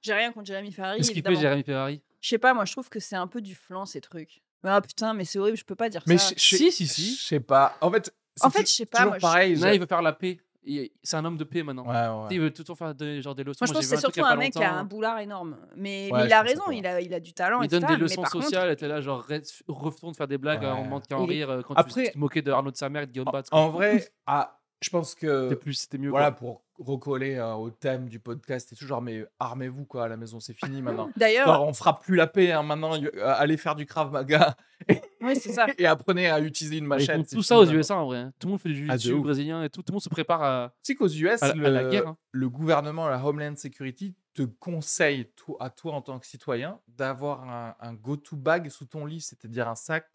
Speaker 3: J'ai rien contre Jérémy Ferrari.
Speaker 1: Qu'est-ce qu'il fait
Speaker 3: évidemment.
Speaker 1: Jérémy Ferrari
Speaker 3: Je sais pas, moi je trouve que c'est un peu du flan ces trucs. Ah putain, mais c'est horrible, je peux pas dire
Speaker 2: Mais
Speaker 3: ça.
Speaker 2: je- je-
Speaker 1: Si, si, si.
Speaker 2: Je sais pas. En fait,
Speaker 3: En
Speaker 2: c'est
Speaker 3: fait,
Speaker 2: tou-
Speaker 3: je sais pas.
Speaker 2: toujours
Speaker 3: Moi, je-
Speaker 2: pareil.
Speaker 1: Non,
Speaker 2: j'ai-
Speaker 1: il veut faire la paix. Il- C'est un homme de paix maintenant.
Speaker 2: Ouais, ouais.
Speaker 1: Il veut toujours faire des, genre des leçons.
Speaker 3: moi, je pense
Speaker 1: j'ai
Speaker 3: que c'est
Speaker 1: vu truc il
Speaker 3: surtout
Speaker 1: y a
Speaker 3: un
Speaker 1: pas
Speaker 3: mec qui a
Speaker 1: longtemps.
Speaker 3: un boulard énorme. Mais,
Speaker 2: Ouais, je
Speaker 3: mais il a
Speaker 2: pense que ça
Speaker 3: raison,
Speaker 2: peut.
Speaker 3: il a, il a du talent.
Speaker 1: Il
Speaker 3: etc.,
Speaker 1: donne des
Speaker 3: mais
Speaker 1: leçons
Speaker 3: par contre-
Speaker 1: sociales, t'es là, genre, reste- retourne faire des blagues
Speaker 2: Ouais.
Speaker 1: en demandant qu'à en
Speaker 3: Il est-
Speaker 1: rire euh, quand
Speaker 2: Après-
Speaker 1: tu te moquais de Arnaud de sa mère et de Guillaume
Speaker 2: En,
Speaker 1: Batz.
Speaker 2: en vrai, ah, je pense
Speaker 1: C'était
Speaker 2: que
Speaker 1: plus, c'était mieux.
Speaker 2: voilà
Speaker 1: quoi.
Speaker 2: pour recoller euh, au thème du podcast et tout genre, mais armez-vous quoi à la maison, c'est fini maintenant.
Speaker 3: D'ailleurs,
Speaker 2: Genre, on fera plus la paix hein, maintenant. y- euh, allez faire du krav maga
Speaker 3: oui, c'est ça.
Speaker 2: et apprenez à utiliser une
Speaker 1: Mais ils
Speaker 2: machette.
Speaker 1: font
Speaker 2: c'est
Speaker 1: tout
Speaker 2: fini,
Speaker 1: ça aux
Speaker 2: maintenant.
Speaker 1: USA en vrai. hein. Tout le monde fait du
Speaker 2: Ah, de
Speaker 1: jiu-jitsu
Speaker 2: ouf.
Speaker 1: brésilien et tout. Tout le monde se prépare à,
Speaker 2: Tu sais qu'aux US,
Speaker 1: à la- à
Speaker 2: le,
Speaker 1: la guerre. hein.
Speaker 2: le gouvernement, la Homeland Security, te conseille, toi, à toi en tant que citoyen, d'avoir un, un go-to bag sous ton lit, c'est-à-dire un sac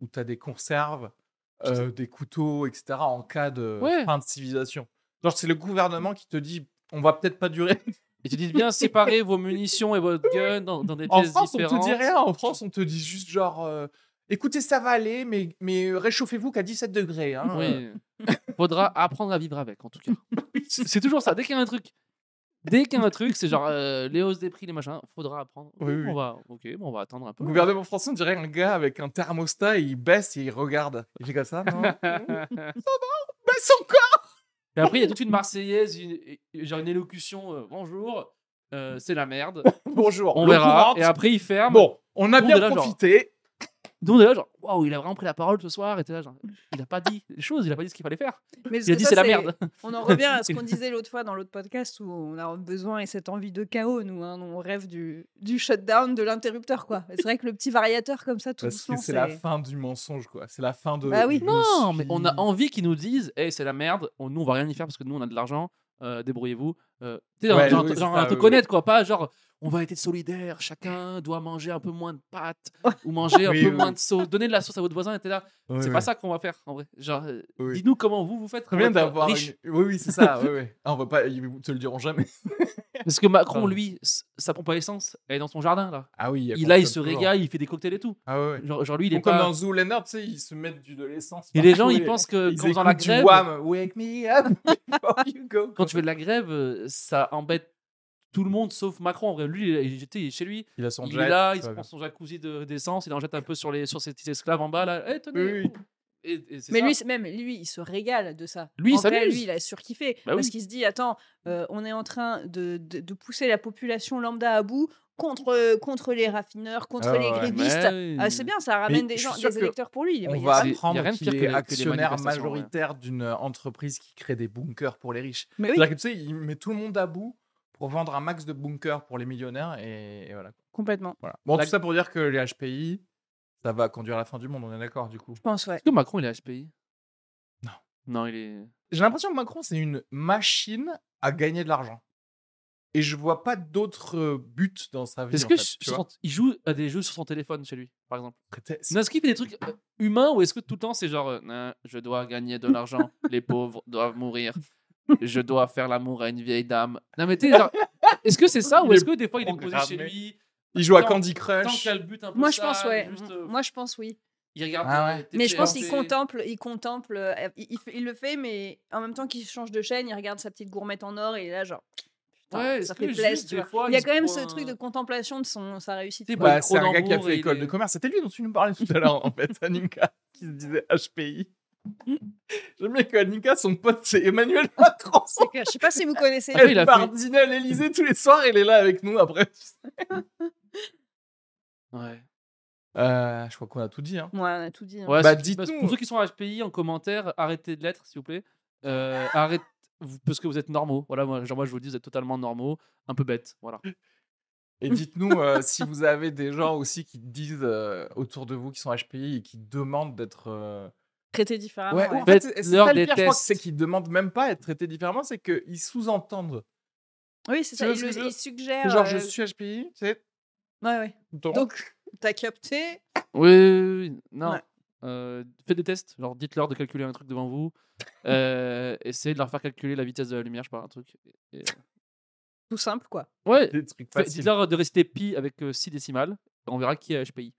Speaker 2: où tu as des conserves, euh, des couteaux, etc., en cas de
Speaker 1: Ouais.
Speaker 2: fin de civilisation. Genre, c'est le gouvernement qui te dit on va peut-être pas durer.
Speaker 1: Et tu dis bien séparer vos munitions et votre gun dans, dans des
Speaker 2: En
Speaker 1: pièces
Speaker 2: France, on
Speaker 1: différentes.
Speaker 2: te dit rien. En France, on te dit juste genre euh, écoutez, ça va aller, mais, mais réchauffez-vous qu'à 17 degrés. hein.
Speaker 1: Oui. Faudra apprendre à vivre avec, en tout cas. C'est c'est toujours ça. Dès qu'il y a un truc, dès qu'il y a un truc, c'est genre euh, les hausses des prix, les machins. Faudra apprendre.
Speaker 2: Oui, oui.
Speaker 1: On va, ok, bon, on va attendre un peu.
Speaker 2: Le gouvernement français, on dirait un gars avec un thermostat, et il baisse et il regarde. Il fait comme ça, non
Speaker 3: Mmh.
Speaker 2: Baisse encore
Speaker 1: Et après, il y a toute une Marseillaise, une- genre une élocution. euh, Bonjour, euh, c'est la merde.
Speaker 2: Bonjour.
Speaker 1: On
Speaker 2: l'eau
Speaker 1: verra.
Speaker 2: courante.
Speaker 1: Et après, il ferme.
Speaker 2: bon, on a
Speaker 1: Nous,
Speaker 2: bien
Speaker 1: on est là, genre-
Speaker 2: profité.
Speaker 1: Donc on est là, genre, waouh, il a vraiment pris la parole ce soir. Et t'es là, genre, il a pas dit les choses, il a pas dit ce qu'il fallait faire.
Speaker 3: Mais parce
Speaker 1: Il a
Speaker 3: que
Speaker 1: dit
Speaker 3: ça,
Speaker 1: c'est la merde.
Speaker 3: On en revient à ce qu'on disait l'autre fois dans l'autre podcast où on a besoin et cette envie de chaos, nous. hein. on rêve du, du shutdown, de l'interrupteur, quoi. C'est vrai que le petit variateur comme ça, tout
Speaker 2: Parce
Speaker 3: doucement,
Speaker 2: que c'est la fin du mensonge, quoi. C'est la fin de.
Speaker 3: Bah oui.
Speaker 2: je
Speaker 1: Non, mais
Speaker 2: suis-
Speaker 1: on a envie qu'ils nous disent hey, c'est la merde, on, nous on va rien y faire parce que nous on a de l'argent, euh, débrouillez-vous. Euh, tu sais,
Speaker 2: Ouais,
Speaker 1: genre,
Speaker 2: oui,
Speaker 1: genre,
Speaker 2: c'est
Speaker 1: un
Speaker 2: ça,
Speaker 1: truc
Speaker 2: oui, oui.
Speaker 1: honnête, quoi, pas genre on va être solidaire, chacun doit manger un peu moins de pâtes ou manger un
Speaker 2: Oui,
Speaker 1: peu
Speaker 2: oui,
Speaker 1: moins
Speaker 2: oui.
Speaker 1: de sauce, donner de la sauce à votre voisin, et t'es là.
Speaker 2: Oui,
Speaker 1: c'est
Speaker 2: oui.
Speaker 1: pas ça qu'on va faire en vrai. Genre, euh,
Speaker 2: Oui.
Speaker 1: dis-nous comment vous vous faites.
Speaker 2: Très
Speaker 1: pour
Speaker 2: bien
Speaker 1: être
Speaker 2: d'avoir.
Speaker 1: riche.
Speaker 2: une- Oui, oui, c'est ça. oui, oui. Ah, on va pas. Ils te le diront jamais.
Speaker 1: Parce que Macron,
Speaker 2: Pardon.
Speaker 1: lui, s- sa pompe à essence, elle est dans son jardin là.
Speaker 2: Ah oui.
Speaker 1: Il, là, il se
Speaker 2: consomme toujours.
Speaker 1: régale, il fait des cocktails et tout.
Speaker 2: Ah oui.
Speaker 1: Genre, genre lui, il est
Speaker 2: Comme
Speaker 1: pas-
Speaker 2: dans Zoolander, tu sais, ils se mettent du, de l'essence.
Speaker 1: Et les gens,
Speaker 2: partout
Speaker 1: ils
Speaker 2: et-
Speaker 1: pensent que
Speaker 2: Ils
Speaker 1: quand dans la
Speaker 2: écoutent du
Speaker 1: grève,
Speaker 2: Wham, Wake me up before you go.
Speaker 1: quand tu fais de la grève, euh, ça embête tout le monde sauf Macron. En vrai, lui, il est- il était chez lui.
Speaker 2: Il a son
Speaker 1: il
Speaker 2: jet,
Speaker 1: est là, il
Speaker 2: tout
Speaker 1: se
Speaker 2: va
Speaker 1: prend
Speaker 2: bien.
Speaker 1: son jacuzzi de- d'essence, il en jette un peu sur, les, sur ses petits esclaves en bas. Là. Eh, tenez,
Speaker 2: Oui, oui.
Speaker 1: Et- et c'est
Speaker 3: Mais
Speaker 1: ça.
Speaker 3: lui, c'est- même lui, il se régale de ça.
Speaker 1: Lui, il
Speaker 3: En vrai,
Speaker 1: s'amuse.
Speaker 3: lui, il a surkiffé.
Speaker 1: Bah
Speaker 3: parce
Speaker 1: oui.
Speaker 3: qu'il se dit, attends, euh, on est en train de, de, de pousser la population lambda à bout contre, euh, contre les raffineurs, contre
Speaker 2: Ah
Speaker 3: les
Speaker 2: ouais.
Speaker 1: Ouais,
Speaker 3: grévistes.
Speaker 1: ouais,
Speaker 3: Ah, c'est bien, ça
Speaker 2: Mais
Speaker 3: ramène des,
Speaker 2: je
Speaker 3: gens,
Speaker 2: suis sûr
Speaker 3: des
Speaker 2: que
Speaker 3: électeurs pour lui. Ah,
Speaker 2: On
Speaker 3: Mais
Speaker 2: va
Speaker 1: il y a rien
Speaker 2: apprendre
Speaker 1: de pire
Speaker 2: qu'il
Speaker 1: que
Speaker 2: est
Speaker 1: les- que les
Speaker 2: actionnaire
Speaker 1: manifestations, ouais.
Speaker 2: majoritaire d'une euh, entreprise qui crée des bunkers pour les riches.
Speaker 3: Mais oui,
Speaker 2: C'est-à-dire que tu sais, il met tout le monde à bout pour vendre un max de bunkers pour les millionnaires et, et voilà.
Speaker 3: complètement.
Speaker 2: voilà. Bon,
Speaker 1: La-
Speaker 2: tout ça pour dire que les HPI, Ça va conduire à la fin du monde, on est d'accord, du coup.
Speaker 3: Je pense, ouais.
Speaker 1: Est-ce que Macron, il est HPI
Speaker 2: Non.
Speaker 1: Non, il est.
Speaker 2: J'ai l'impression que Macron, c'est une machine à gagner de l'argent. Et je vois pas d'autre euh, but dans sa vie.
Speaker 1: Est-ce
Speaker 2: en
Speaker 1: que
Speaker 2: fait,
Speaker 1: sur
Speaker 2: tu vois.
Speaker 1: son- il joue à des jeux sur son téléphone chez lui, par exemple
Speaker 2: C'était-
Speaker 1: Non, Est-ce qu'il fait des trucs euh, humains ou est-ce que tout le temps c'est genre euh, Non, je dois gagner de l'argent, les pauvres doivent mourir, je dois faire l'amour à une vieille dame Non, mais tu sais, genre, est-ce que c'est ça ou
Speaker 2: Il
Speaker 1: est-ce
Speaker 2: est
Speaker 1: que des fois il est posé chez
Speaker 2: programmé.
Speaker 1: lui
Speaker 2: Il joue à
Speaker 1: Tant-
Speaker 2: Candy
Speaker 1: Tant
Speaker 2: Crush.
Speaker 1: qu'elle bute un peu
Speaker 3: Moi, je
Speaker 1: ça,
Speaker 3: pense, ouais.
Speaker 1: juste, euh,
Speaker 3: Moi, je pense, oui.
Speaker 1: il regarde.
Speaker 2: Ah
Speaker 1: euh,
Speaker 2: ouais.
Speaker 1: tes
Speaker 3: Mais je pense
Speaker 1: TNT.
Speaker 3: qu'il contemple, il contemple, euh, il, il fait- il le fait, mais en même temps qu'il change de chaîne, il regarde sa petite gourmette en or et il est là, genre, putain,
Speaker 1: Ouais, est-ce
Speaker 3: ça
Speaker 1: que
Speaker 3: fait
Speaker 1: juste
Speaker 3: plaisir,
Speaker 1: des
Speaker 3: tu vois.
Speaker 1: fois,
Speaker 3: Il y a
Speaker 1: se
Speaker 3: quand même
Speaker 1: prend
Speaker 3: ce
Speaker 1: un-
Speaker 3: truc de contemplation de son, sa réussite.
Speaker 1: C'est
Speaker 3: quoi.
Speaker 1: Bah,
Speaker 2: Bah, c'est un gars qui a
Speaker 1: Cronenbourg,
Speaker 2: fait
Speaker 1: il
Speaker 2: école
Speaker 1: est-
Speaker 2: de commerce. C'était lui dont tu nous parlais tout à l'heure, en fait, Annika, qui se disait HPI. J'aime bien que Annika, son pote, c'est Emmanuel Macron.
Speaker 3: C'est que- je sais pas si vous connaissez.
Speaker 1: Ah,
Speaker 2: Elle
Speaker 1: oui, Ah, il a fait-
Speaker 2: part dîner à l'Elysée tous les soirs, elle est là avec nous après.
Speaker 1: Ouais.
Speaker 2: Euh, je crois qu'on a tout dit. Hein.
Speaker 3: Moi, on a tout dit. hein.
Speaker 1: Ouais,
Speaker 2: Bah,
Speaker 1: ceux qui-
Speaker 2: dites-nous.
Speaker 1: parce- Pour ceux qui sont à HPI, en commentaire, arrêtez de l'être, s'il vous plaît. Euh, arrête, vous- parce que vous êtes normaux. Voilà, moi, genre, moi, je vous le dis, vous êtes totalement normaux, un peu bêtes. Voilà.
Speaker 2: Et dites-nous euh, si vous avez des gens aussi qui disent euh, autour de vous qui sont HPI et qui demandent d'être. euh,
Speaker 3: Traité différemment.
Speaker 2: Ouais,
Speaker 3: Ah, ouais.
Speaker 2: en fait, c'est c'est
Speaker 1: Faites-leur
Speaker 2: ça le pire, je crois que
Speaker 1: déteste.
Speaker 2: c'est qu'ils demandent même pas à être traités différemment, c'est qu'ils sous-entendent.
Speaker 3: Oui, c'est ça.
Speaker 2: vois
Speaker 3: Il,
Speaker 2: ce que
Speaker 3: le-
Speaker 2: je veux
Speaker 3: il suggère.
Speaker 2: C'est genre, je
Speaker 3: euh,
Speaker 2: suis HPI, c'est
Speaker 3: Ouais, ouais.
Speaker 2: ton.
Speaker 3: Donc, t'as capté.
Speaker 1: Oui, oui, oui, non.
Speaker 3: Ouais.
Speaker 1: Euh, faites des tests, genre dites-leur de calculer un truc devant vous. Euh, essayez de leur faire calculer la vitesse de la lumière, je sais pas, un truc. Et-
Speaker 3: Tout simple, quoi.
Speaker 1: Ouais,
Speaker 2: des trucs
Speaker 1: fait-
Speaker 2: faciles.
Speaker 1: dites-leur de rester pi avec 6 décimales. On verra qui est HPI.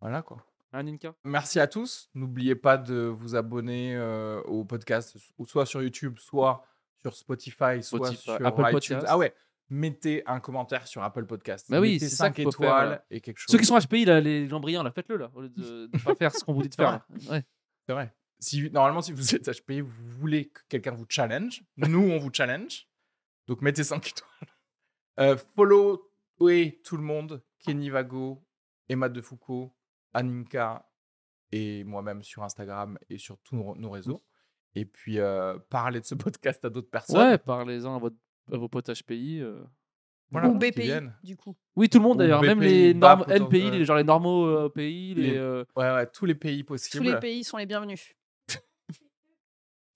Speaker 2: Voilà quoi.
Speaker 1: Hein, Ninka
Speaker 2: Merci à tous. N'oubliez pas de vous abonner euh, au podcast, ou soit sur YouTube, soit sur Spotify, soit
Speaker 1: Spotify,
Speaker 2: sur
Speaker 1: Apple
Speaker 2: iTunes.
Speaker 1: Podcast.
Speaker 2: Ah ouais, mettez un commentaire sur Apple Podcast.
Speaker 1: Bah oui,
Speaker 2: mettez
Speaker 1: c'est ça
Speaker 2: 5
Speaker 1: qu'il faut faire,
Speaker 2: étoiles
Speaker 1: là.
Speaker 2: et quelque chose.
Speaker 1: Ceux qui sont HPI, là, les gens brillants, là, faites-le, là, au lieu de, de pas faire ce qu'on vous dit de
Speaker 2: C'est
Speaker 1: faire. là. Ouais.
Speaker 2: C'est vrai. Si, normalement, si vous êtes HPI, vous voulez que quelqu'un vous challenge. Nous, on vous challenge. Donc, mettez 5 étoiles. Euh, follow oui, tout le monde. Kenny Vago, Emma De Foucault, Aninka et moi-même sur Instagram et sur tous nos, nos réseaux.
Speaker 3: Mmh.
Speaker 2: Et puis, euh, parlez de ce podcast à d'autres personnes.
Speaker 1: Ouais, parlez-en à, votre- à vos potes HPI. euh.
Speaker 2: Voilà,
Speaker 3: Ou
Speaker 2: qui
Speaker 3: BPI,
Speaker 2: viennent.
Speaker 3: du coup.
Speaker 1: Oui, tout le monde
Speaker 2: Ou
Speaker 1: d'ailleurs, même
Speaker 2: BPI,
Speaker 1: les normes
Speaker 2: BAP, autant-
Speaker 1: NPI,
Speaker 2: ouais.
Speaker 1: les, genre les normaux euh, pays, les,
Speaker 2: Les-
Speaker 1: euh,
Speaker 2: Ouais, ouais, tous les pays
Speaker 3: Tous
Speaker 2: possibles.
Speaker 3: les pays sont les bienvenus.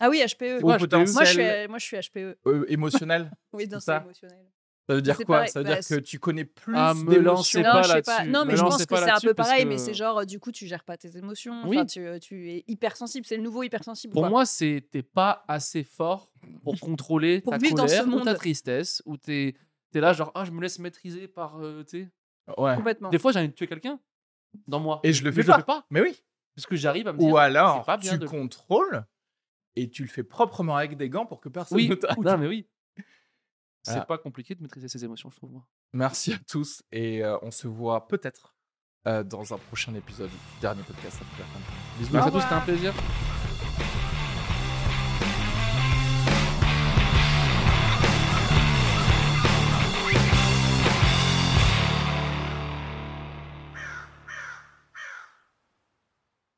Speaker 3: ah oui, HPE.
Speaker 2: Au
Speaker 1: Ouais,
Speaker 2: potentiel
Speaker 3: Moi, je suis, euh, moi, je suis HPE.
Speaker 2: euh, émotionnel.
Speaker 3: Oui, dans
Speaker 2: C'est ça.
Speaker 3: ça émotionnel.
Speaker 2: Ça veut dire
Speaker 3: C'est
Speaker 2: quoi
Speaker 3: pareil,
Speaker 2: Ça veut
Speaker 3: bah,
Speaker 2: dire que tu connais plus
Speaker 1: Ah, me lancez
Speaker 2: d'émotions.
Speaker 1: pas
Speaker 3: je sais
Speaker 1: là-dessus.
Speaker 3: Non, mais
Speaker 1: Me
Speaker 3: je
Speaker 1: lancez
Speaker 3: pense que
Speaker 1: pas
Speaker 3: c'est un
Speaker 1: là-dessus
Speaker 3: peu
Speaker 1: parce
Speaker 3: pareil,
Speaker 1: que-
Speaker 3: mais c'est genre, euh, du coup, tu gères pas tes émotions.
Speaker 1: Oui.
Speaker 3: Enfin, tu, euh, tu es hypersensible. C'est le nouveau hypersensible.
Speaker 1: Pour
Speaker 3: quoi.
Speaker 1: moi, c'est t'es pas assez fort pour contrôler
Speaker 3: Pour
Speaker 1: ta
Speaker 3: vivre dans ce
Speaker 1: colère ou ta
Speaker 3: monde.
Speaker 1: tristesse, ou t'es t'es là genre ah je me laisse maîtriser par euh, tu sais.
Speaker 2: Ouais.
Speaker 3: complètement.
Speaker 1: Des fois j'ai envie de tuer quelqu'un dans moi.
Speaker 2: Et je le
Speaker 1: Mais
Speaker 2: fais
Speaker 1: je le
Speaker 2: pas.
Speaker 1: fais pas
Speaker 2: Mais oui.
Speaker 1: parce que j'arrive à me dire.
Speaker 2: Ou alors,
Speaker 1: c'est pas bien
Speaker 2: tu
Speaker 1: de-
Speaker 2: contrôles et tu le fais proprement avec des gants pour que personne
Speaker 1: oui.
Speaker 2: ne t'a-
Speaker 1: Non mais oui. C'est
Speaker 2: Voilà.
Speaker 1: pas compliqué de maîtriser ses émotions, je trouve. moi.
Speaker 2: Merci à tous et euh, on se voit peut-être euh, dans un prochain épisode, dernier podcast après la fin.
Speaker 1: Bisous à tous,
Speaker 3: Ah
Speaker 4: revoir.
Speaker 1: c'était un plaisir.
Speaker 2: Ciao.